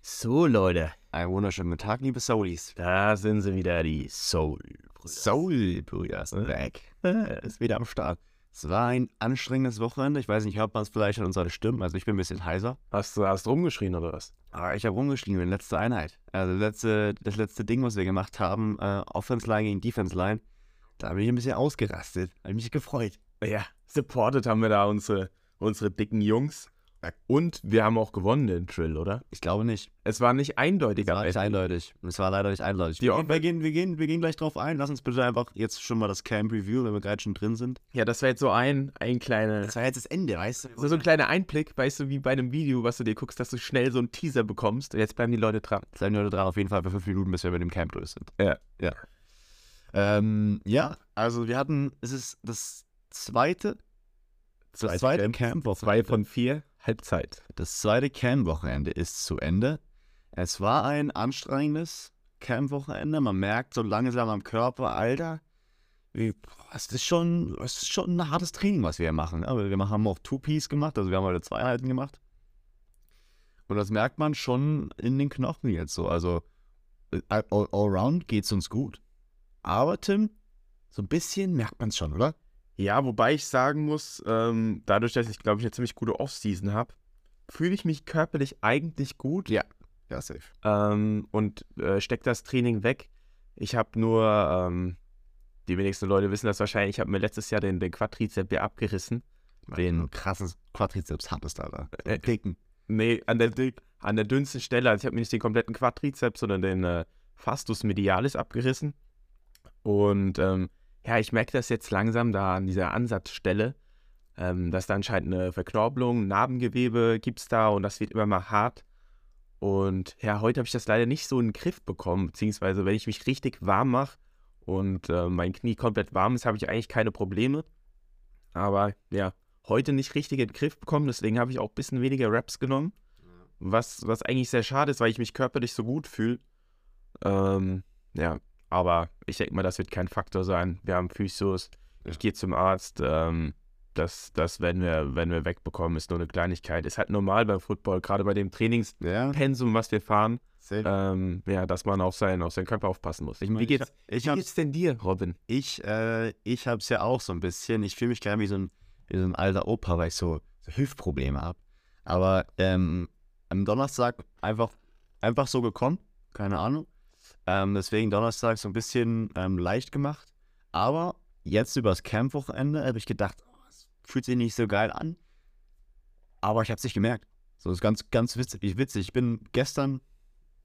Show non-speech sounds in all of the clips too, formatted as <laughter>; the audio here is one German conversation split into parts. So, Leute, Einen wunderschönen guten Tag, liebe Soulies. da sind sie wieder, die Soul-Brüder. Soul Brüders back. ne? Ist wieder am Start. Es war ein anstrengendes Wochenende. Ich weiß nicht, hört man es vielleicht an unseren Stimmen. Also ich bin ein bisschen heiser. Hast du hast rumgeschrien oder was? Aber ich habe rumgeschrieben in letzter Einheit. Also das letzte, das letzte Ding, was wir gemacht haben, äh, Offense Line gegen Defense Line. Da bin ich ein bisschen ausgerastet. Habe mich gefreut. Ja, supported haben wir da unsere, unsere dicken Jungs. Und wir haben auch gewonnen den Drill, oder? Ich glaube nicht. Es war nicht Es eindeutig am war nicht Ende. eindeutig. Es war leider nicht eindeutig. Die wir, wir, gehen, wir, gehen, wir gehen gleich drauf ein. Lass uns bitte einfach jetzt schon mal das Camp Review, wenn wir gerade schon drin sind. Ja, das war jetzt so ein, ein kleiner, Das war jetzt das Ende, weißt so, so ein kleiner Einblick, weißt du, wie bei einem Video, was du dir guckst, dass du schnell so einen Teaser bekommst. Und jetzt bleiben die Leute dran. Seid nur dran, auf jeden Fall für fünf Minuten, bis wir mit dem Camp durch sind. Ja. Ja. Ähm, ja, also wir hatten, es ist das zweite, das zweite Camp-Wochenende. Zwei von vier, Halbzeit. Das zweite Camp-Wochenende ist zu Ende. Es war ein anstrengendes Camp-Wochenende. Man merkt so langsam am Körper, Alter, wie, boah, es ist schon, es ist schon ein hartes Training, was wir hier machen. Aber wir machen- haben auch Two-Piece gemacht, also wir haben heute zwei Einheiten gemacht. Und das merkt man schon in den Knochen jetzt so. Also äh, all, allround geht's uns gut. Aber Tim, so ein bisschen merkt man es schon, oder? Ja, wobei ich sagen muss, ähm, dadurch, dass ich, glaube ich, eine ziemlich gute Offseason habe, fühle ich mich körperlich eigentlich gut. Ja. Ja, safe. ähm, und äh, steck das Training weg. Ich habe nur, ähm, die wenigsten Leute wissen das wahrscheinlich, ich habe mir letztes Jahr den, den Quadrizep hier abgerissen. Den krassen Quadrizeps hattest, Alter. Äh, Dicken. Nee, an der, an der dünnsten Stelle. Also ich habe mir nicht den kompletten Quadrizeps, sondern den äh, Fastus medialis abgerissen. Und ähm, ja, ich merke das jetzt langsam da an dieser Ansatzstelle, ähm, dass da anscheinend eine Verknorbelung, Narbengewebe gibt es da und das wird immer mal hart. Und ja, heute habe ich das leider nicht so in den Griff bekommen, beziehungsweise wenn ich mich richtig warm mache und äh, mein Knie komplett warm ist, habe ich eigentlich keine Probleme. Aber ja, heute nicht richtig in den Griff bekommen, deswegen habe ich auch ein bisschen weniger Raps genommen. Was, was eigentlich sehr schade ist, weil ich mich körperlich so gut fühle. Ähm, ja, aber ich denke mal, das wird kein Faktor sein. Wir haben Physios, ich gehe zum Arzt. Ähm, das, das werden, wir, werden wir wegbekommen, ist nur eine Kleinigkeit. Ist halt normal beim Football, gerade bei dem Trainingspensum, Ja, was wir fahren, safe. ähm, ja, dass man auf seinen, auf seinen Körper aufpassen muss. Ich meine, wie geht's, ich, wie hab, geht's denn dir, Robin? ich, äh, ich hab's ja auch so ein bisschen. Ich fühle mich gerne wie so ein, wie so ein alter Opa, weil ich so, so Hüftprobleme habe. Aber ähm, am Donnerstag einfach, einfach so gekommen, keine Ahnung. Ähm, deswegen Donnerstag so ein bisschen ähm, leicht gemacht. Aber jetzt übers Camp-Wochenende habe ich gedacht, oh, es fühlt sich nicht so geil an. Aber ich habe es nicht gemerkt. So ist ganz, ganz witzig. witzig. Ich bin gestern,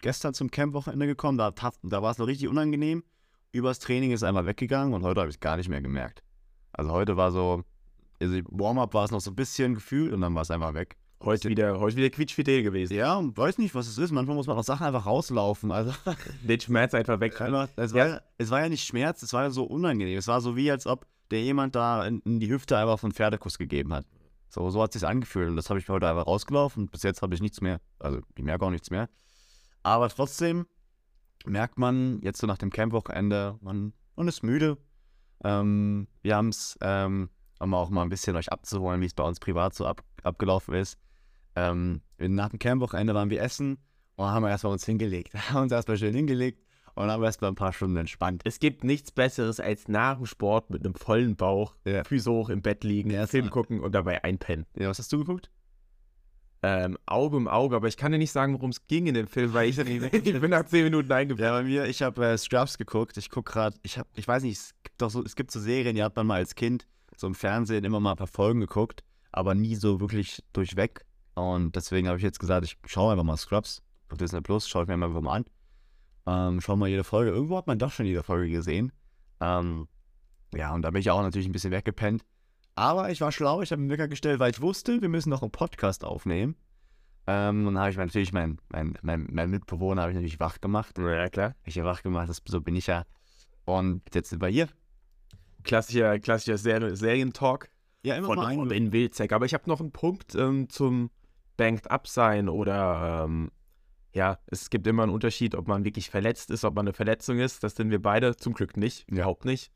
gestern zum Camp-Wochenende gekommen, da, tat- da war es noch richtig unangenehm. Übers Training ist einmal weggegangen und heute habe ich es gar nicht mehr gemerkt. Also heute war so, also ich- Warm-up war es noch so ein bisschen gefühlt und dann war es einfach weg. Heute wieder, heute wieder quietschfidel gewesen. Ja, und weiß nicht, was es ist. Manchmal muss man auch Sachen einfach rauslaufen. Also Den Schmerz einfach weg. Einfach, es, war, ja. es war ja nicht Schmerz, es war ja so unangenehm. Es war so wie, als ob der jemand da in, in die Hüfte einfach von Pferdekuss gegeben hat. So, so hat es sich angefühlt und das habe ich mir heute einfach rausgelaufen. Bis jetzt habe ich nichts mehr. Also, ich merke auch nichts mehr. Aber trotzdem merkt man jetzt so nach dem Campwochenende, man, man ist müde. Ähm, wir haben es, ähm, um auch mal ein bisschen euch abzuholen, wie es bei uns privat so ab, abgelaufen ist. Ähm, nach dem Campwochenende waren wir essen und haben erstmal uns hingelegt. <laughs> Haben uns erstmal schön hingelegt und haben erstmal ein paar Stunden entspannt. Es gibt nichts Besseres als nach dem Sport mit einem vollen Bauch, Ja. Füße hoch im Bett liegen, Ja, Film so. gucken und dabei einpennen. Ja, was hast du geguckt? Ähm, Auge um Auge, aber ich kann dir nicht sagen, worum es ging in dem Film, <laughs> weil ich, ich bin nach 10 Minuten eingefallen. Ja, bei mir, ich habe äh, Straps geguckt. Ich gucke gerade, ich habe, ich weiß nicht, es gibt doch so, es gibt so Serien, die hat man mal als Kind so im Fernsehen immer mal ein paar Folgen geguckt, aber nie so wirklich durchweg. Und deswegen habe ich jetzt gesagt, ich schaue einfach mal Scrubs auf Disney Plus, schaue ich mir einfach mal an. Ähm, schaue mal jede Folge. Irgendwo hat man doch schon jede Folge gesehen. Ähm, ja, und da bin ich auch natürlich ein bisschen weggepennt. Aber ich war schlau, ich habe einen Wecker gestellt, weil ich wusste, wir müssen noch einen Podcast aufnehmen. Ähm, und dann habe ich natürlich meinen mein, mein, mein Mitbewohner habe ich natürlich wach gemacht. Ja, klar. Hab ich ja wach gemacht, das, so bin ich ja. Und jetzt sind wir hier. Klassischer, klassischer Ser Serientalk Ja, von Robin Wilczek. Aber ich habe noch einen Punkt ähm, zum Banked Up sein oder ähm, ja, es gibt immer einen Unterschied, ob man wirklich verletzt ist, ob man eine Verletzung ist. Das sind wir beide zum Glück nicht, überhaupt nicht.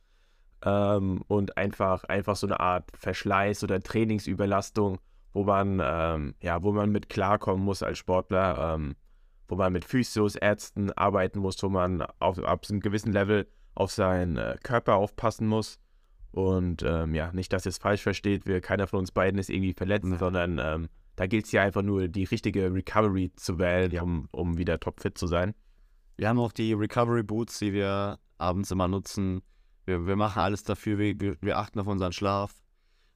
Ähm, und einfach, einfach so eine Art Verschleiß oder Trainingsüberlastung, wo man, ähm, ja, wo man mit klarkommen muss als Sportler, ähm, wo man mit Physios, Ärzten arbeiten muss, wo man auf, ab einem gewissen Level auf seinen äh, Körper aufpassen muss. Und ähm, ja, nicht, dass ihr es falsch versteht, wir, keiner von uns beiden ist irgendwie verletzt, Nein. sondern ähm, da gilt es ja einfach nur, die richtige Recovery zu wählen, um, um wieder topfit zu sein. Wir haben auch die Recovery Boots, die wir abends immer nutzen. Wir, wir machen alles dafür. Wir, wir, wir achten auf unseren Schlaf.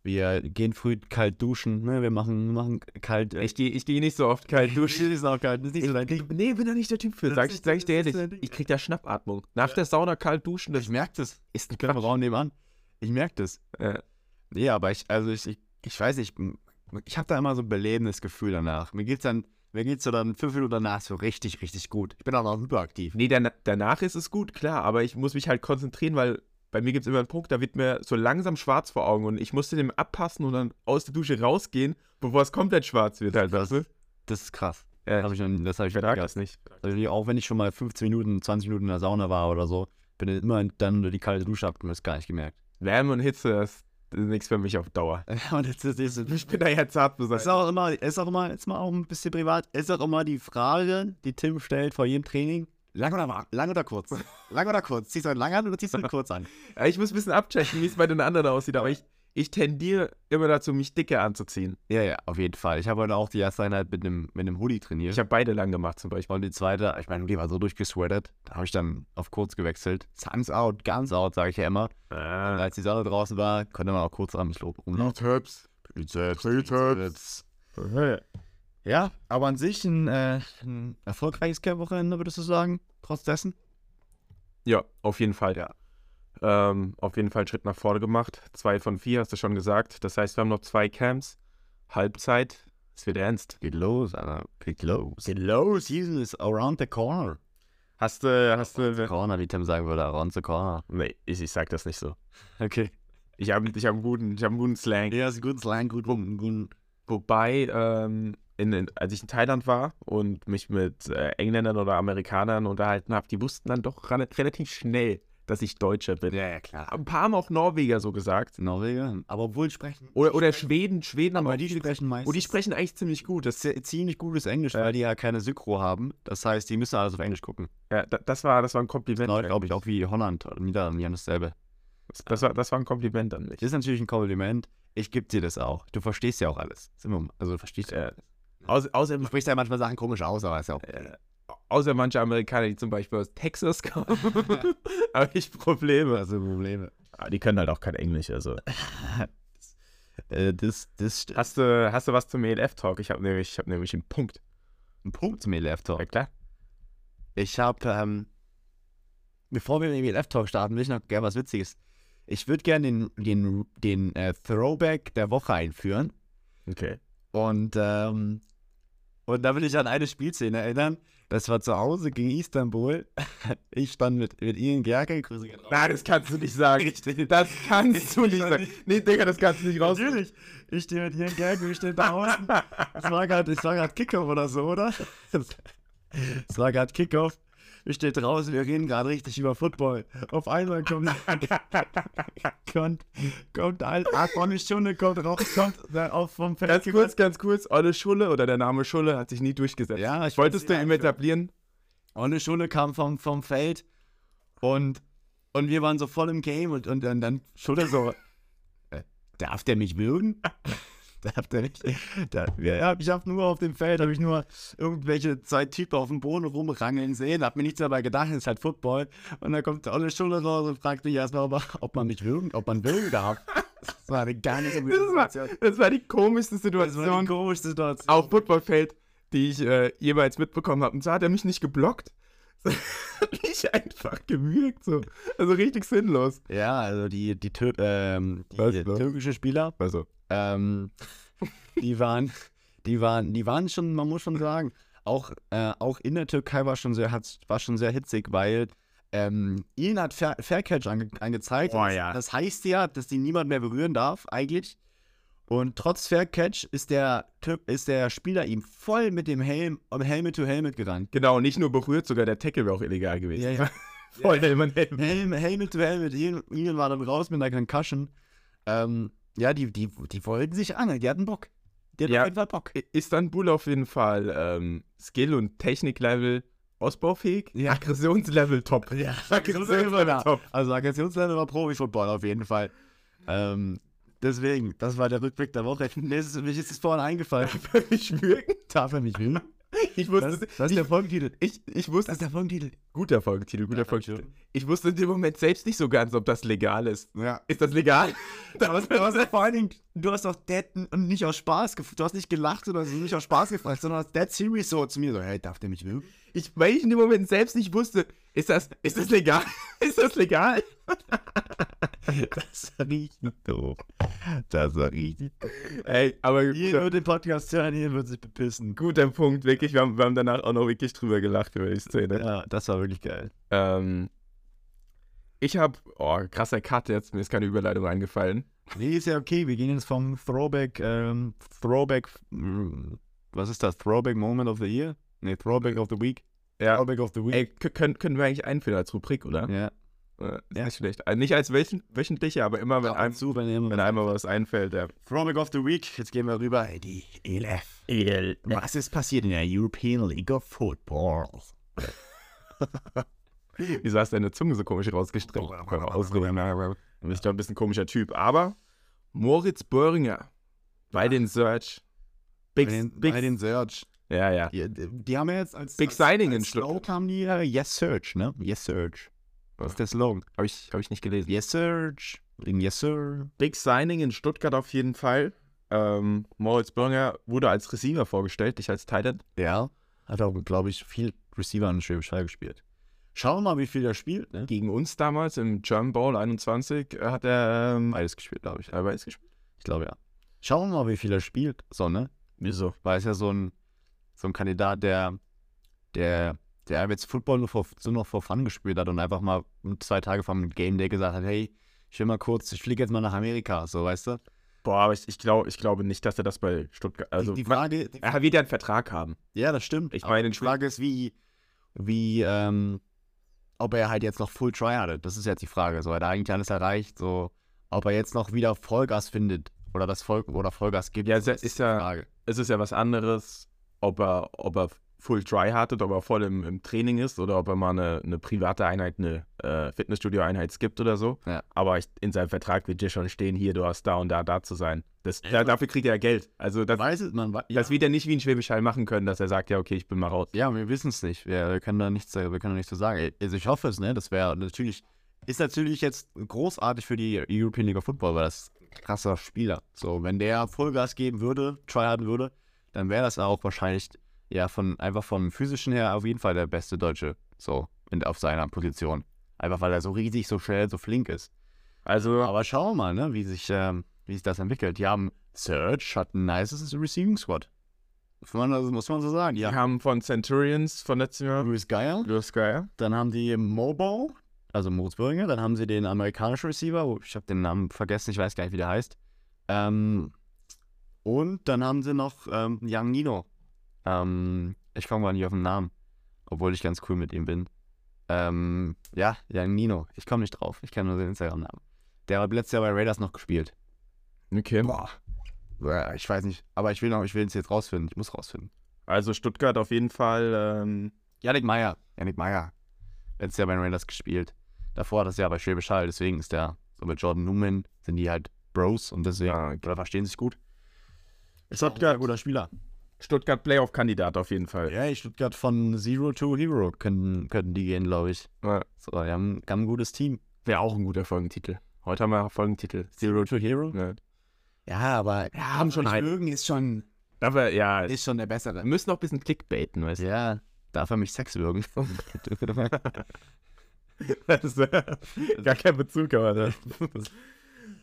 Wir gehen früh kalt duschen. Ne? Wir machen, machen kalt. Ich gehe ich geh nicht so oft kalt <laughs> duschen ist auch kalt. Das ist nicht so dein Ding. nee, bin da nicht der Typ für. Das Sag ist ich, nicht- sag ich dir das ist ehrlich, nicht dein Ding. ich krieg da Schnappatmung. Nach der Sauna kalt duschen, das Ich merke das. ist ein Ich bin im Quatsch. Raum nebenan. Ich merke das. Ja. Nee, aber ich, also ich, ich, ich weiß nicht. Ich habe da immer so ein belebendes Gefühl danach. Mir geht's dann, mir geht's so dann fünf Minuten danach so richtig, richtig gut. Ich bin auch noch hyperaktiv. Nee, dann, danach ist es gut, klar, aber ich muss mich halt konzentrieren, weil bei mir gibt es immer einen Punkt, da wird mir so langsam schwarz vor Augen und ich musste dem abpassen und dann aus der Dusche rausgehen, bevor es komplett schwarz wird halt, weißt du? Das ist krass. Ja, Das habe ich, noch nie- das hab ich ich noch nie vertrag gehabt. das nicht. Also auch wenn ich schon mal 15 Minuten, 20 Minuten in der Sauna war oder so, bin ich immer dann unter die kalte Dusche ab und das gar nicht gemerkt. Wärme und Hitze, das ist nichts für mich auf Dauer. <laughs> Und jetzt ist es Ich bin da ja zart ist beseitigt. auch immer, ist auch immer, ist mal auch ein bisschen privat, ist auch immer die Frage, die Tim stellt vor jedem Training. Lang oder, wa- lang oder <laughs> kurz? Lang oder kurz? Ziehst du ihn lang an oder ziehst du ihn kurz an? Ja, Ich muss ein bisschen abchecken, wie es bei den anderen aussieht, aber ich, ich tendiere immer dazu, mich dicker anzuziehen. <laughs> Ja, ja, auf jeden Fall. Ich habe heute auch die erste Einheit mit einem, mit einem Hoodie trainiert. Ich habe beide lang gemacht zum Beispiel. und die zweite, ich meine, die war so durchgesweatet, da habe ich dann auf kurz gewechselt. Sans out, ganz out, sage ich ja immer. Und Ah. als die Sonne draußen war, konnte man auch kurz am Slope rumlaufen. Trizeps. Bizeps, Trizeps. Ja, aber an sich ein, äh, ein erfolgreiches Camp-Wochenende, würdest du sagen, trotz dessen? Ja, auf jeden Fall. Ja. Ähm, auf jeden Fall einen Schritt nach vorne gemacht. Zwei von vier, hast du schon gesagt. Das heißt, wir haben noch zwei Camps. Halbzeit. Es wird ernst. Geht los, Alter. Geht los. Geht los, Season is around the corner. Hast du, hast du. Corner, wie Tim sagen würde, around the corner. Nee, ich, ich sag das nicht so. Okay. Ich habe ich hab einen, guten- ich hab einen guten Slang. Ja, ist ein gutes Line, gut rum, gut. Wobei, ähm, in, in, als ich in Thailand war und mich mit äh, Engländern oder Amerikanern unterhalten habe, die wussten dann doch ran- relativ schnell, dass ich Deutscher bin. Ja, ja, klar. Ein paar haben auch Norweger so gesagt. Norweger, aber obwohl sprechen. Oder, oder Schweden. Schweden haben aber auch die sprechen meistens. Und die sprechen eigentlich ziemlich gut. Das, zie- ziemlich gutes Englisch, weil die ja keine Synchro haben. Das heißt, die müssen alles auf Englisch gucken. ja, da- das, war, das war ein Kompliment. Neu, glaube ich, auch wie Holland oder Niederlande, die haben dasselbe. Das war, das war ein Kompliment an mich. Das ist natürlich ein Kompliment. Ich gebe dir das auch. Du verstehst ja auch alles. Sind wir mal- Also du verstehst ja. Ja. Außer, außer, Du sprichst ja manchmal Sachen komisch aus, aber ist ja auch. äh, außer manche Amerikaner, die zum Beispiel aus Texas <laughs> kommen. Aber ich Probleme. Also Probleme. die können halt auch kein Englisch. Also. Äh, das, das ist Hast, du, hast du was zum E ELF-Talk? Ich habe nämlich, ich hab nämlich einen Punkt. ein Punkt zu mir, Talk. Ja, klar. Ich habe, ähm, bevor wir mit dem ELF Talk starten, will ich noch gerne was Witziges. Ich würde gerne den, den, den äh, Throwback der Woche einführen. Okay. Und, ähm, und da will ich an eine Spielszene erinnern. Das war zu Hause gegen Istanbul. <laughs> Ich stand mit, mit Ian Gerke. Grüße gehen raus. Nein, das kannst du nicht sagen. Das kannst du nicht sagen. Nee, Digga, das kannst du nicht raus. Natürlich. Ich stehe mit Ian Gerke, ich stehe da unten. Es war gerade Kickoff oder so, oder? Es war gerade Kickoff. Wir stehen draußen, wir reden gerade richtig über Football. Auf einmal kommt, <laughs> kommt, kommt ein, ach, eine Stunde kommt raus, kommt da auf vom Feld. Ganz kurz, ganz kurz. Olle Schulle oder der Name Schulle hat sich nie durchgesetzt. Ja, ich Wolltest du weiß, ihn ja. etablieren? Olle Schule kam vom, vom Feld und, und wir waren so voll im Game und, und, dann dann Schule <laughs> so, äh, darf der mich mögen? darf der nicht? Da, ja, ich habe nur auf dem Feld, habe ich nur irgendwelche zwei Typen auf dem Boden rumrangeln sehen, habe mir nichts dabei gedacht, ist halt Football. Und dann kommt der Olle Schule raus und fragt mich erstmal, ob, er- ob man mich mögen, ob man mögen darf. Das war eine gar nicht so gute Das war, Situation. das war die komischste Das war Situation eine komische Situation. auf Footballfeld, die ich äh, jeweils mitbekommen habe. Und zwar hat er mich nicht geblockt, <laughs> sondern hat mich einfach gewürgt. So. Also richtig sinnlos. Ja, also die, die, Tür- ähm, die, Weißt du? türkische Spieler, Also, Ähm, die waren, die waren, die waren schon, man muss schon sagen, auch, äh, auch in der Türkei war schon sehr, hat's- war schon sehr hitzig, weil ähm, ihn hat Fair, Fair Catch ange, angezeigt. Oh ja. Das heißt ja, dass die niemand mehr berühren darf, eigentlich. Und trotz Fair Catch ist der, Tür- ist der Spieler ihm voll mit dem Helm, um Helmet to Helmet gerannt. genau, nicht nur berührt, sogar der Tackle wäre auch illegal gewesen. Ja, ja. Voll, ja. man hätte <laughs> Helm, Helmet to Helmet. Ian Ian war dann raus mit einer Concussion. Ähm, ja, die, die, die wollten sich angeln, die hatten Bock. Die hat Ja. auf jeden Fall Bock. Istanbul auf jeden Fall ähm, Skill- und Techniklevel ausbaufähig, Ja. Aggressionslevel top. Ja, Aggressionslevel top. Also Aggressionslevel war Profi-Football auf jeden Fall. Ähm, deswegen, das war der Rückblick der Woche. Mir ist, mir ist es vorhin eingefallen. ich wirken. Darf er mich rühren? Ich Das, wusste, das ist der Folgentitel. ich, ich wusste, der Folgentitel. guter Folgentitel, guter Folgentitel. Ich wusste in dem Moment selbst nicht so ganz, ob das legal ist. Ja. Ist das legal? Du hast, du hast vor allen Dingen, du hast auch Dad und nicht aus Spaß gefragt. Du hast nicht gelacht oder so, nicht aus Spaß gefragt, sondern hast Dad serious so zu mir so, hey, darf der mich mögen? Ich, weil ich in dem Moment selbst nicht wusste, ist das, ist das legal? <laughs> Ist das legal? Das riecht. doof. Das war richtig. Ey, aber Ihr guter, wird den Podcast hören, ihr wird sich bepissen. guter Punkt, wirklich. Wir haben, wir haben danach auch noch wirklich drüber gelacht über die Szene. Ja, das war wirklich geil. Ähm, ich habe, oh, krasser Cut jetzt, mir ist keine Überleitung eingefallen. Nee, ist ja okay. Wir gehen jetzt vom Throwback, ähm, Throwback, mm, was ist das? Throwback Moment of the Year? Nee, Throwback of the Week. Ja. Throwback of the Week. Ey, kö- können, können wir eigentlich einführen als Rubrik, oder? Ja. Äh, Ja. Nicht schlecht. Also nicht als wöchen, wöchentliche, aber immer, wenn, einem, zu, wenn ihr wenn einem mal was einfällt. Ja. Throwback of the Week. Jetzt gehen wir rüber. Ey, die ELF. Was ist passiert in der European League of Football? Wieso hast du deine Zunge so komisch rausgestreckt? oh. Du bist doch ein bisschen komischer Typ. Aber Moritz Böhringer bei den Search. Big, Bei den, Big, bei den Surge. ja, ja. Die, die haben ja jetzt als Big als, Signing in als Stuttgart. Slogan haben die ja Yes Surge, ne? Yes Surge. Das ist der Slogan. Habe ich, hab ich nicht gelesen. Yes Surge. Wegen Yes Sir. Big Signing in Stuttgart auf jeden Fall. Ähm, Moritz Böhringer wurde als Receiver vorgestellt, nicht als Titan. Ja. Hat auch, glaube ich, viel Receiver an Schwäbisch Hall gespielt. Schauen wir mal, wie viel der spielt, ne? Gegen uns damals im German Bowl 21 äh, hat er ähm, Beides gespielt, glaube ich. dabei gespielt. Ich glaube ja. Schauen wir mal, wie viel er spielt. So, ne? Wieso? Weil es ja so ein, so ein Kandidat, der, der, der jetzt Football nur, for, so noch for fun gespielt hat und einfach mal zwei Tage vom Game Day gesagt hat, hey, ich will mal kurz, ich fliege jetzt mal nach Amerika, so, weißt du? Boah, aber ich, ich, glaub, ich glaube nicht, dass er das bei Stuttgart. Also, die, die Frage, die, er wird ja einen Vertrag haben. ja, das stimmt. Ich Aber meine, die Frage ist, wie, wie, ähm, ob er halt jetzt noch full try hatte. Das ist jetzt die Frage. So, er hat eigentlich alles erreicht, so, ob er jetzt noch wieder Vollgas findet oder das Voll, oder Vollgas gibt. Ja, so, ist ja- das ist ja- die Frage. es ist ja was anderes, ob er, ob er full dry hat oder ob er voll im, im Training ist oder ob er mal eine, eine private Einheit, eine äh, Fitnessstudio-Einheit skippt oder so. Ja. Aber ich, in seinem Vertrag wird ja schon stehen, hier, du hast da und da, da zu sein. Das, da, dafür kriegt er ja Geld. Also das, Weiß es, man, wei- ja. das wird er nicht wie ein Schwäbisch Hall machen können, dass er sagt, ja, okay, ich bin mal raus. Ja, wir wissen es nicht. Wir, wir können da nichts, äh, wir können da nichts zu sagen. Also ich hoffe es, ne? Das wäre natürlich, ist natürlich jetzt großartig für die European League of Football, weil das ist ein krasser Spieler. So, wenn der Vollgas geben würde, tryharden würde, dann wäre das auch wahrscheinlich, ja, von einfach vom physischen her auf jeden Fall der beste Deutsche. So, in, auf seiner Position. Einfach weil er so riesig, so schnell, so flink ist. Also, Aber schauen wir mal, ne, wie sich, ähm, wie sich das entwickelt. Die haben Surge hat ein nices Receiving Squad. Muss man, also, muss man so sagen. wir Ja. haben von Centurions von letztem Jahr Louis Geier. Louis Geier. Dann haben die Mobile, also Moritz Böhringer. Dann haben sie den amerikanischen Receiver, wo- ich habe den Namen vergessen, ich weiß gar nicht, wie der heißt. Ähm, und dann haben sie noch ähm, Young Nino. Ähm, ich komme gar nicht auf den Namen, obwohl ich ganz cool mit ihm bin. Ähm, ja, Young Nino. Ich komme nicht drauf. Ich kenne nur den Instagram-Namen. Der hat letztes Jahr bei Raiders noch gespielt. Okay. Boah. Boah, Ich weiß nicht, aber ich will noch, ich will es jetzt rausfinden. Ich muss rausfinden. Also Stuttgart auf jeden Fall. Ähm, Yannick Meyer. Yannick Meyer. Letztes Jahr bei den Raiders gespielt. Davor hat das Jahr bei Schwäbisch Hall, deswegen ist der so mit Jordan Newman sind die halt Bros und deswegen Ah, okay. oder verstehen sich gut. Stuttgart- ein guter Spieler. Stuttgart Playoff-Kandidat auf jeden Fall. Ja, ich Stuttgart von Zero to Hero könnten, könnten die gehen, glaube ich. Ja. So, die haben, haben ein gutes Team. Wäre auch ein guter Folgentitel. Heute haben wir Folgentitel. Zero to Hero? Ne? Ja, aber ja, haben schon einen. mögen ist schon Aber ja, ist schon der Wir bessere. müssen noch ein bisschen clickbaiten, weißt du? Ja, darf er mich Sex <laughs> würgen? <laughs> Das ist, äh, gar kein Bezug, aber <laughs> das.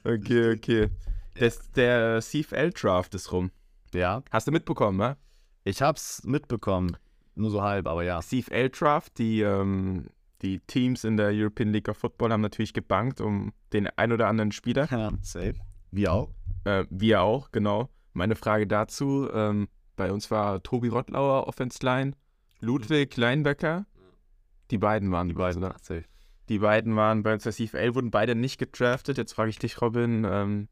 Okay, okay. Das, der CFL-Draft ist rum. ja, Hast du mitbekommen, ne? ich hab's mitbekommen. Nur so halb, aber <laughs> ja. CFL-Draft, die, ähm, die Teams in der European League of Football haben natürlich gebankt um den ein oder anderen Spieler. Ja, safe. Wie auch? Äh, wir auch, genau. Meine Frage dazu: ähm, Bei uns war Tobi Rottlauer Offense Line, Ludwig Leinbecker. Die beiden waren die beiden, oder? Safe. Die beiden waren bei uns der CFL, wurden beide nicht gedraftet. Jetzt frage ich dich, Robin, ähm,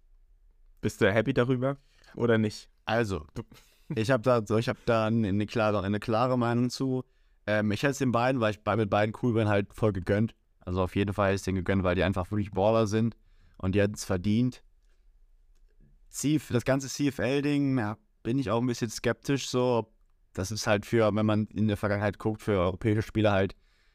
bist du happy darüber oder nicht? Also, ich habe da, so, ich hab da eine klare, eine klare Meinung zu. Ähm, ich hätte es den beiden, weil ich bei- mit beiden cool bin, halt voll gegönnt. Also auf jeden Fall hätte ich es denen gegönnt, weil die einfach wirklich Baller sind und die hätten es verdient. Cf, das ganze CFL-Ding, ja, bin ich auch ein bisschen skeptisch so. ob- Das ist halt für, wenn man in der Vergangenheit guckt, für europäische Spieler halt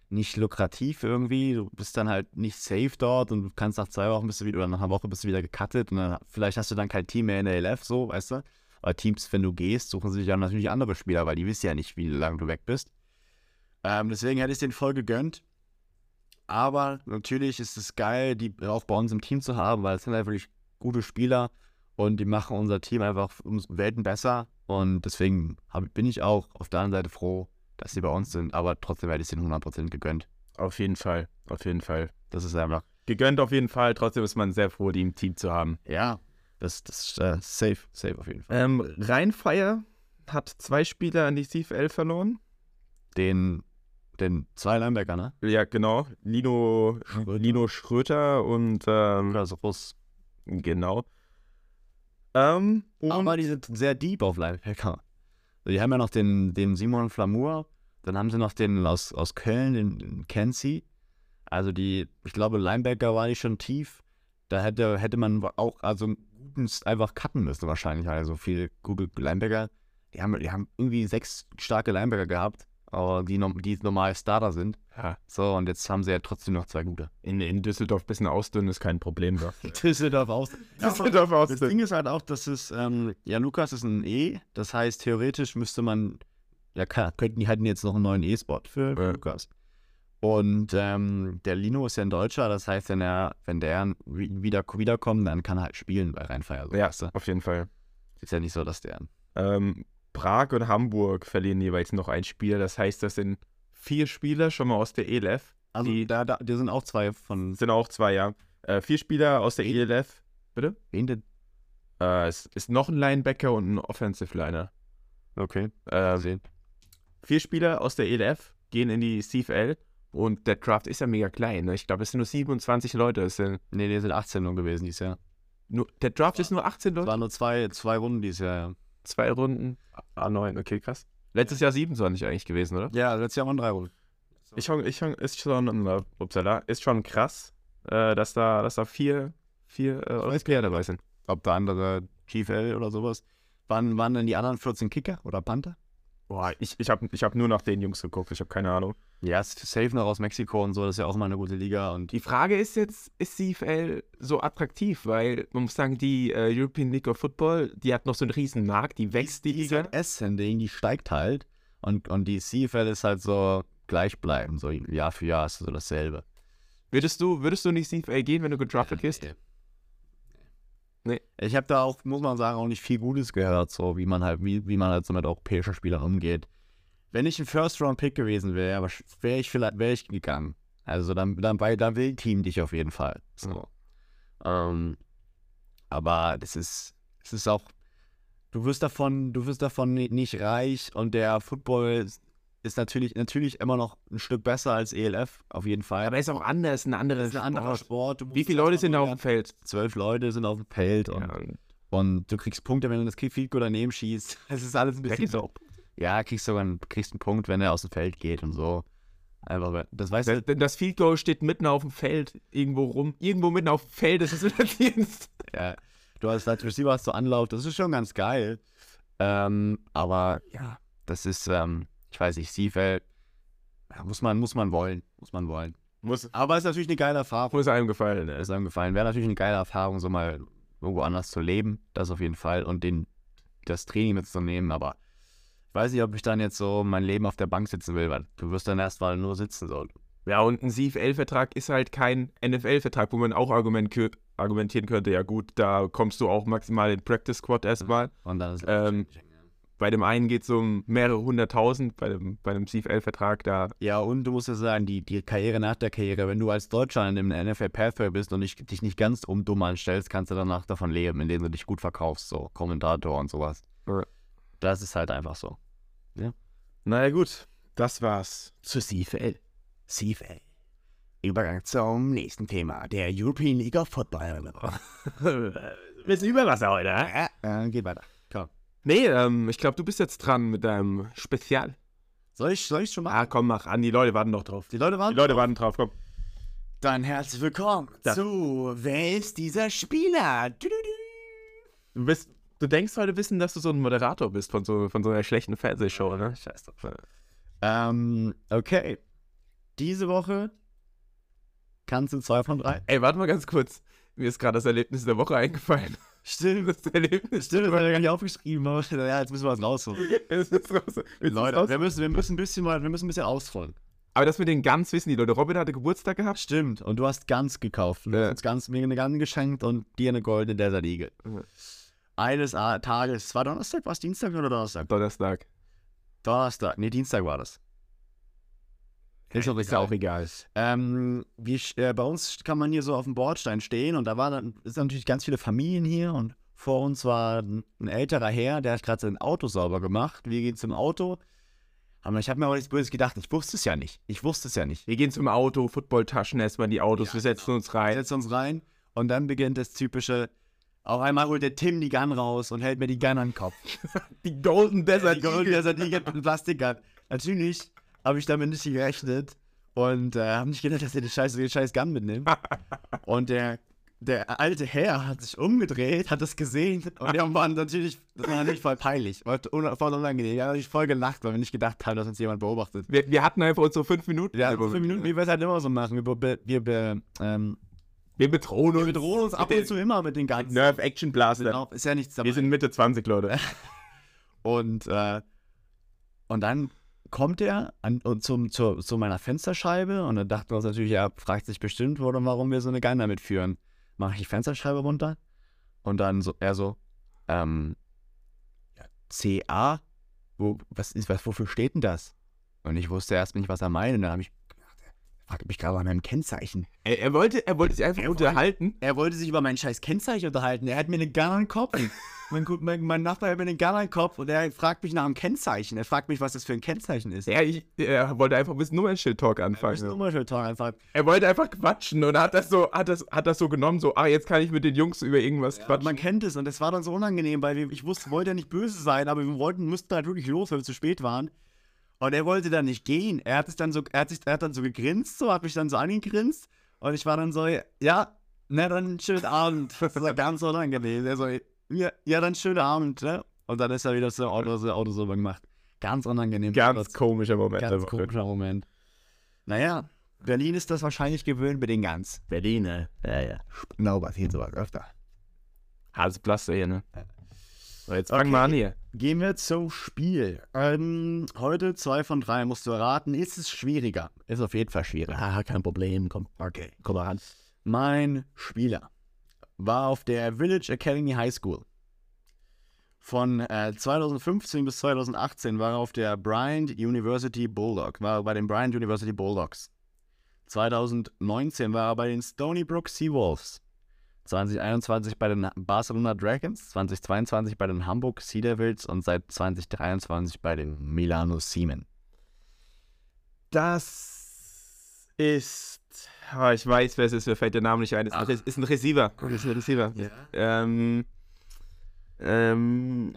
nicht lukrativ irgendwie. Du bist dann halt nicht safe dort und du kannst nach zwei Wochen bist du wieder oder nach einer Woche bist du wieder gecuttet und dann vielleicht hast du dann kein Team mehr in der LF, so, weißt du? Aber Teams, wenn du gehst, suchen sich dann natürlich andere Spieler, weil die wissen ja nicht, wie lange du weg bist. Ähm, deswegen hätte ich den voll gegönnt. Aber natürlich ist es geil, die auch bei uns im Team zu haben, weil es sind halt wirklich gute Spieler und die machen unser Team einfach um Welten besser. Und deswegen hab, bin ich auch auf der anderen Seite froh, dass sie bei uns sind. Aber trotzdem hätte ich es den 100% gegönnt. Auf jeden Fall, auf jeden Fall. Das ist einfach, Gegönnt auf jeden Fall, trotzdem ist man sehr froh, die im Team zu haben. ja, das ist äh, safe, safe auf jeden Fall. Ähm, Rheinfeier hat zwei Spieler an die CFL verloren. Den, den zwei Linebacker, ne? Ja, genau. Lino Schröter, Lino Schröter und ähm, Oder so groß. genau. Ähm, und, Aber die sind sehr deep auf Linebacker. Die haben ja noch den, den Simon Flamur, dann haben sie noch den aus, aus Köln, den, den Kenzie. Also die, ich glaube, Linebacker war nicht schon tief. Da hätte, hätte man auch also einen guten S- einfach cutten müssen wahrscheinlich. Also viele gute Linebacker, die haben, die haben irgendwie sechs starke Linebacker gehabt, aber die, norm- die normal Starter sind. ja, So, und jetzt haben sie ja trotzdem noch zwei gute. in, in Düsseldorf ein bisschen ausdünnen ist kein Problem. doch. Düsseldorf aus. <laughs> Düsseldorf Das ausdünnen. Ding ist halt auch, dass es, ähm, ja, Lukas ist ein E, das heißt, theoretisch müsste man, ja, ka- könnten die hatten jetzt noch einen neuen E-Spot für, für Ja. Lukas. Und ähm, der Lino ist ja ein Deutscher, das heißt, wenn er, wenn der wi- wieder, wiederkommt, dann kann er halt spielen bei Rheinfeier. So, Ja, weißt du? auf jeden Fall. Ist ja nicht so, dass der. Ähm, Prag und Hamburg verlieren jeweils noch ein Spiel. Das heißt, das sind vier Spieler schon mal aus der E ELF. Also, Die- da, da, da sind auch zwei von. Sind auch zwei, ja. Äh, vier Spieler aus der ELF. Wen denn? Äh, es ist noch ein Linebacker und ein Offensive Liner. Okay. Äh, Sehen. vier Spieler aus der ELF gehen in die CFL und der Draft ist ja mega klein. Ne? Ich glaube, es sind nur 27 Leute. Es sind Nee, nee, sind 18 nur gewesen dieses Jahr. nur, der Draft ist nur 18 Es Leute. waren nur zwei, zwei Runden dieses Jahr, ja. Zwei Runden. Ah, neun, okay, krass. Letztes Jahr 27 eigentlich gewesen, oder? Ja, letztes Jahr waren drei Runden. Ich hang, ich hang, ist schon, äh, upsala, ist schon krass, äh, dass da, dass da vier, vier äh, Europäer dabei sind. Ob da andere GFL oder sowas. Wann waren denn die anderen 14 Kicker oder Panther? Boah, ich, ich habe ich hab nur nach den Jungs geguckt, ich habe keine Ahnung. Ja, ist safe noch aus Mexiko und so, das ist ja auch immer eine gute Liga und Die Frage ist jetzt, ist CFL so attraktiv? Weil man muss sagen, die äh, European League of Football, die hat noch so einen riesen Markt, die wächst die die Liga. ZS-Sending, die steigt halt und, und die CFL ist halt so gleichbleibend, so Jahr für Jahr ist so dasselbe. Würdest du, würdest du nicht CFL gehen, wenn du gedraftet wirst? Nee. Nee. Ich habe da auch, muss man sagen, auch nicht viel Gutes gehört, so wie man halt, wie, wie man halt so mit europäischen Spielern umgeht. Wenn ich ein First-Round-Pick gewesen wäre, aber wäre ich vielleicht, wäre ich gegangen. Also dann, dann, bei, dann will ein Team dich auf jeden Fall. So. Ähm, aber das ist, es ist auch, du wirst davon, du wirst davon ni- nicht reich und der Football ist- ist natürlich, natürlich immer noch ein Stück besser als ELF, auf jeden Fall. Aber ist auch anders, ein anderes. Das ist ein anderer Sport. Sport. du musst Wie viele Leute erst mal sind da auf lernen. dem Feld? Zwölf Leute sind auf dem Feld und, Ja, und du kriegst Punkte, wenn du das Field Goal daneben schießt. <laughs> Es ist alles ein da bisschen gibt's auch. Ja, kriegst sogar einen, kriegst einen Punkt, wenn er aus dem Feld geht und so. Einfach, weil- das weißt Das, du. denn das Field Goal steht mitten auf dem Feld, irgendwo rum. Irgendwo mitten auf dem Feld ist <laughs> es wieder Dienst. Ja. Du hast als Receiver hast du Anlauf, das ist schon ganz geil. Ähm, aber ja, das ist, ähm, ich weiß nicht, Seafeld. Ja, muss man, muss man wollen. Muss man wollen. Muss, Aber ist natürlich eine geile Erfahrung. muss einem gefallen. ne? ist einem gefallen. äh, Wäre natürlich eine geile Erfahrung, so mal irgendwo anders zu leben, das auf jeden Fall, und den, das Training mitzunehmen, aber ich weiß nicht, ob ich dann jetzt so mein Leben auf der Bank sitzen will, weil du wirst dann erstmal nur sitzen so. Ja, und ein CFL-Vertrag ist halt kein NFL-Vertrag, wo man auch argument kö- argumentieren könnte, ja gut, da kommst du auch maximal in Practice Squad erstmal. Und dann ist Ähm, Bei dem einen geht es um mehrere hunderttausend, bei dem, bei dem CFL-Vertrag da. Ja, und du musst ja sagen, die, die Karriere nach der Karriere, wenn du als Deutscher in dem NFL Pathway bist und nicht, dich nicht ganz um dumm anstellst, kannst du danach davon leben, indem du dich gut verkaufst, so Kommentator und sowas. Ja. Das ist halt einfach so. Naja gut, <laughs> das war's zur CFL. CFL. Übergang zum nächsten Thema, der European <laughs> League of Football. Bisschen Überwasser heute, Äh, geht weiter. Nee, ähm, ich glaube, du bist jetzt dran mit deinem Spezial. Soll ich soll ich schon mal? Ah, komm, mach an. Die Leute warten doch drauf. Die Leute waren. Die Leute warten drauf, komm. Dann herzlich willkommen Das- zu Wer ist dieser Spieler? Du, du, du. Du, bist, du denkst heute wissen, dass du so ein Moderator bist von so, von so einer schlechten Fernsehshow, ne? Scheiß drauf. Ähm, okay. Diese Woche kannst du zwei von drei. Ey, warte mal ganz kurz. Mir ist gerade das Erlebnis der Woche eingefallen. Stimmt. Das Erlebnis. Stimmt, das habe ich gar nicht aufgeschrieben, aber <laughs> ja, jetzt müssen wir was rausholen. Es ist raus. Willst du es Leute, raus- wir müssen, wir müssen ein bisschen mal, wir müssen ein bisschen ausrollen. Aber das mit den Gans wissen die Leute. Robin hatte Geburtstag gehabt. Stimmt, und du hast Gans gekauft. Du Ja. hast uns Gans, mir eine Gans geschenkt und dir eine goldene Desert Eagle. Mhm. Eines A- Tages, war Donnerstag, war es Dienstag oder Donnerstag? Donnerstag. Donnerstag, nee, Dienstag war das. Ist auch Ist ja auch egal. Ähm, wir, sch- äh, bei uns kann man hier so auf dem Bordstein stehen und da waren dann, sind natürlich ganz viele Familien hier und vor uns war ein, ein älterer Herr, der hat gerade sein Auto sauber gemacht. Wir gehen zum Auto. Aber ich habe mir aber nichts Böses gedacht. Ich wusste es ja nicht. Ich wusste es ja nicht. Wir gehen zum Auto, Footballtaschen erstmal in die Autos, wir setzen genau. uns rein. Setzt uns rein und dann beginnt das typische. Auf einmal holt der Tim die Gun raus und hält mir die Gun an den <laughs> Kopf. Die Golden Desert Die Gold, der sagt, ich hab eine Plastikgun. Natürlich habe ich damit nicht gerechnet und äh, habe nicht gedacht, dass er die scheiß, die scheiß Gun <laughs> mitnimmt. Und der, der alte Herr hat sich umgedreht, hat das gesehen und der war natürlich, das war natürlich voll peinlich, war un- voll unangenehm. Wir haben natürlich voll gelacht, weil wir nicht gedacht haben, dass uns jemand beobachtet. Wir, wir hatten einfach uns so fünf Minuten. Ja, im fünf Moment. Minuten, wie wir es halt immer so machen. Wir, be- wir, be- ähm, Wir bedrohen uns. wir bedrohen uns ab und zu immer mit den Guns. Nerve Action Blaster. Genau, Ist ja nichts dabei. Wir sind Mitte 20, Leute. Und, äh, und dann kommt er an, und zum, zur, zu meiner Fensterscheibe und dann dachten wir uns natürlich, er fragt sich bestimmt, wo, warum wir so eine Gun damit führen. Mache ich die Fensterscheibe runter und dann so, er so, ähm, ja, CA, wo, was ist, was, wofür steht denn das? Und ich wusste erst nicht, was er meint und dann habe ich gedacht, er fragt mich gerade an meinem Kennzeichen. Er, er, wollte, er wollte sich einfach unterhalten. Er wollte sich über mein scheiß Kennzeichen unterhalten. Er hat mir eine Gun an den Kopf. mein, Gut- mein, mein Nachbar hat mir eine Gun an den Kopf und er fragt mich nach dem Kennzeichen. Er fragt mich, was das für ein Kennzeichen ist. Ja, ich, er wollte einfach ein bisschen Nummernschild-Talk anfangen. Das ist Nummernschild-Talk einfach. er wollte einfach quatschen und hat das so, hat das, hat das so genommen, so, ah, jetzt kann ich mit den Jungs über irgendwas Und quatschen. man kennt es und das war dann so unangenehm, weil wir, ich wusste, wollte ja nicht böse sein, aber wir wollten, mussten halt wirklich los, weil wir zu spät waren. Und er wollte dann nicht gehen. Er hat es dann so, er hat, sich, er hat dann so gegrinst, so, hat mich dann so angegrinst. Und ich war dann so, ja, na dann schönen Abend. Das war ganz unangenehm. Er so, ja, ja, dann schönen Abend, ne? Und dann ist er wieder so Auto, so Auto sauber gemacht. Ganz unangenehm. Ganz komischer Moment. Ganz einfach. komischer Moment. Naja, Berlin ist das wahrscheinlich gewöhnt mit den Gans. Berlin, ne? Ja, ja. Genau, passiert sowas öfter. Hase Blaster hier, ne? So, jetzt fangen wir an hier. Gehen wir zum Spiel. Ähm, heute zwei von drei musst du erraten. Ist es schwieriger? Ist auf jeden Fall schwieriger. Ah, kein Problem. Komm, okay, komm mal ran. Mein Spieler war auf der Village Academy High School. Von äh, 2015 bis 2018 war er auf der Bryant University Bulldog, war er bei den Bryant University Bulldogs. 2019 war er bei den Stony Brook Seawolves. 2021 bei den Barcelona Dragons, 2022 bei den Hamburg Sea Devils und seit 2023 bei den Milano Seamen. Das ist. Ah, ich weiß, wer es ist, mir fällt der Name nicht ein. Es ist, ein Re- ist ein Receiver. Ist ein Receiver. Ähm, ähm,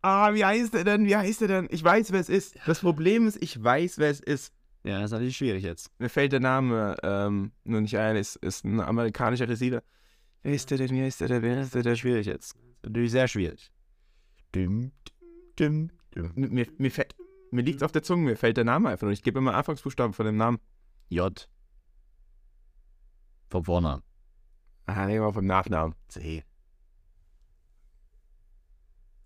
ah, wie heißt er denn? Wie heißt er denn? Ich weiß, wer es ist. Das Problem ist, ich weiß, wer es ist. Ja, das ist natürlich schwierig jetzt. Mir fällt der Name ähm, nur nicht ein. Es ist ein amerikanischer Receiver. Wer ist der denn? Wer ist der denn? Wer ist der denn? Schwierig jetzt. Natürlich sehr schwierig. Düm, düm, düm, düm. Mir, mir, mir, fällt- mir liegt auf der Zunge. Mir fällt der Name einfach nur. Ich gebe immer Anfangsbuchstaben von dem Namen. J. Vom Vornamen. Ah, nehmen wir vom Nachnamen. C.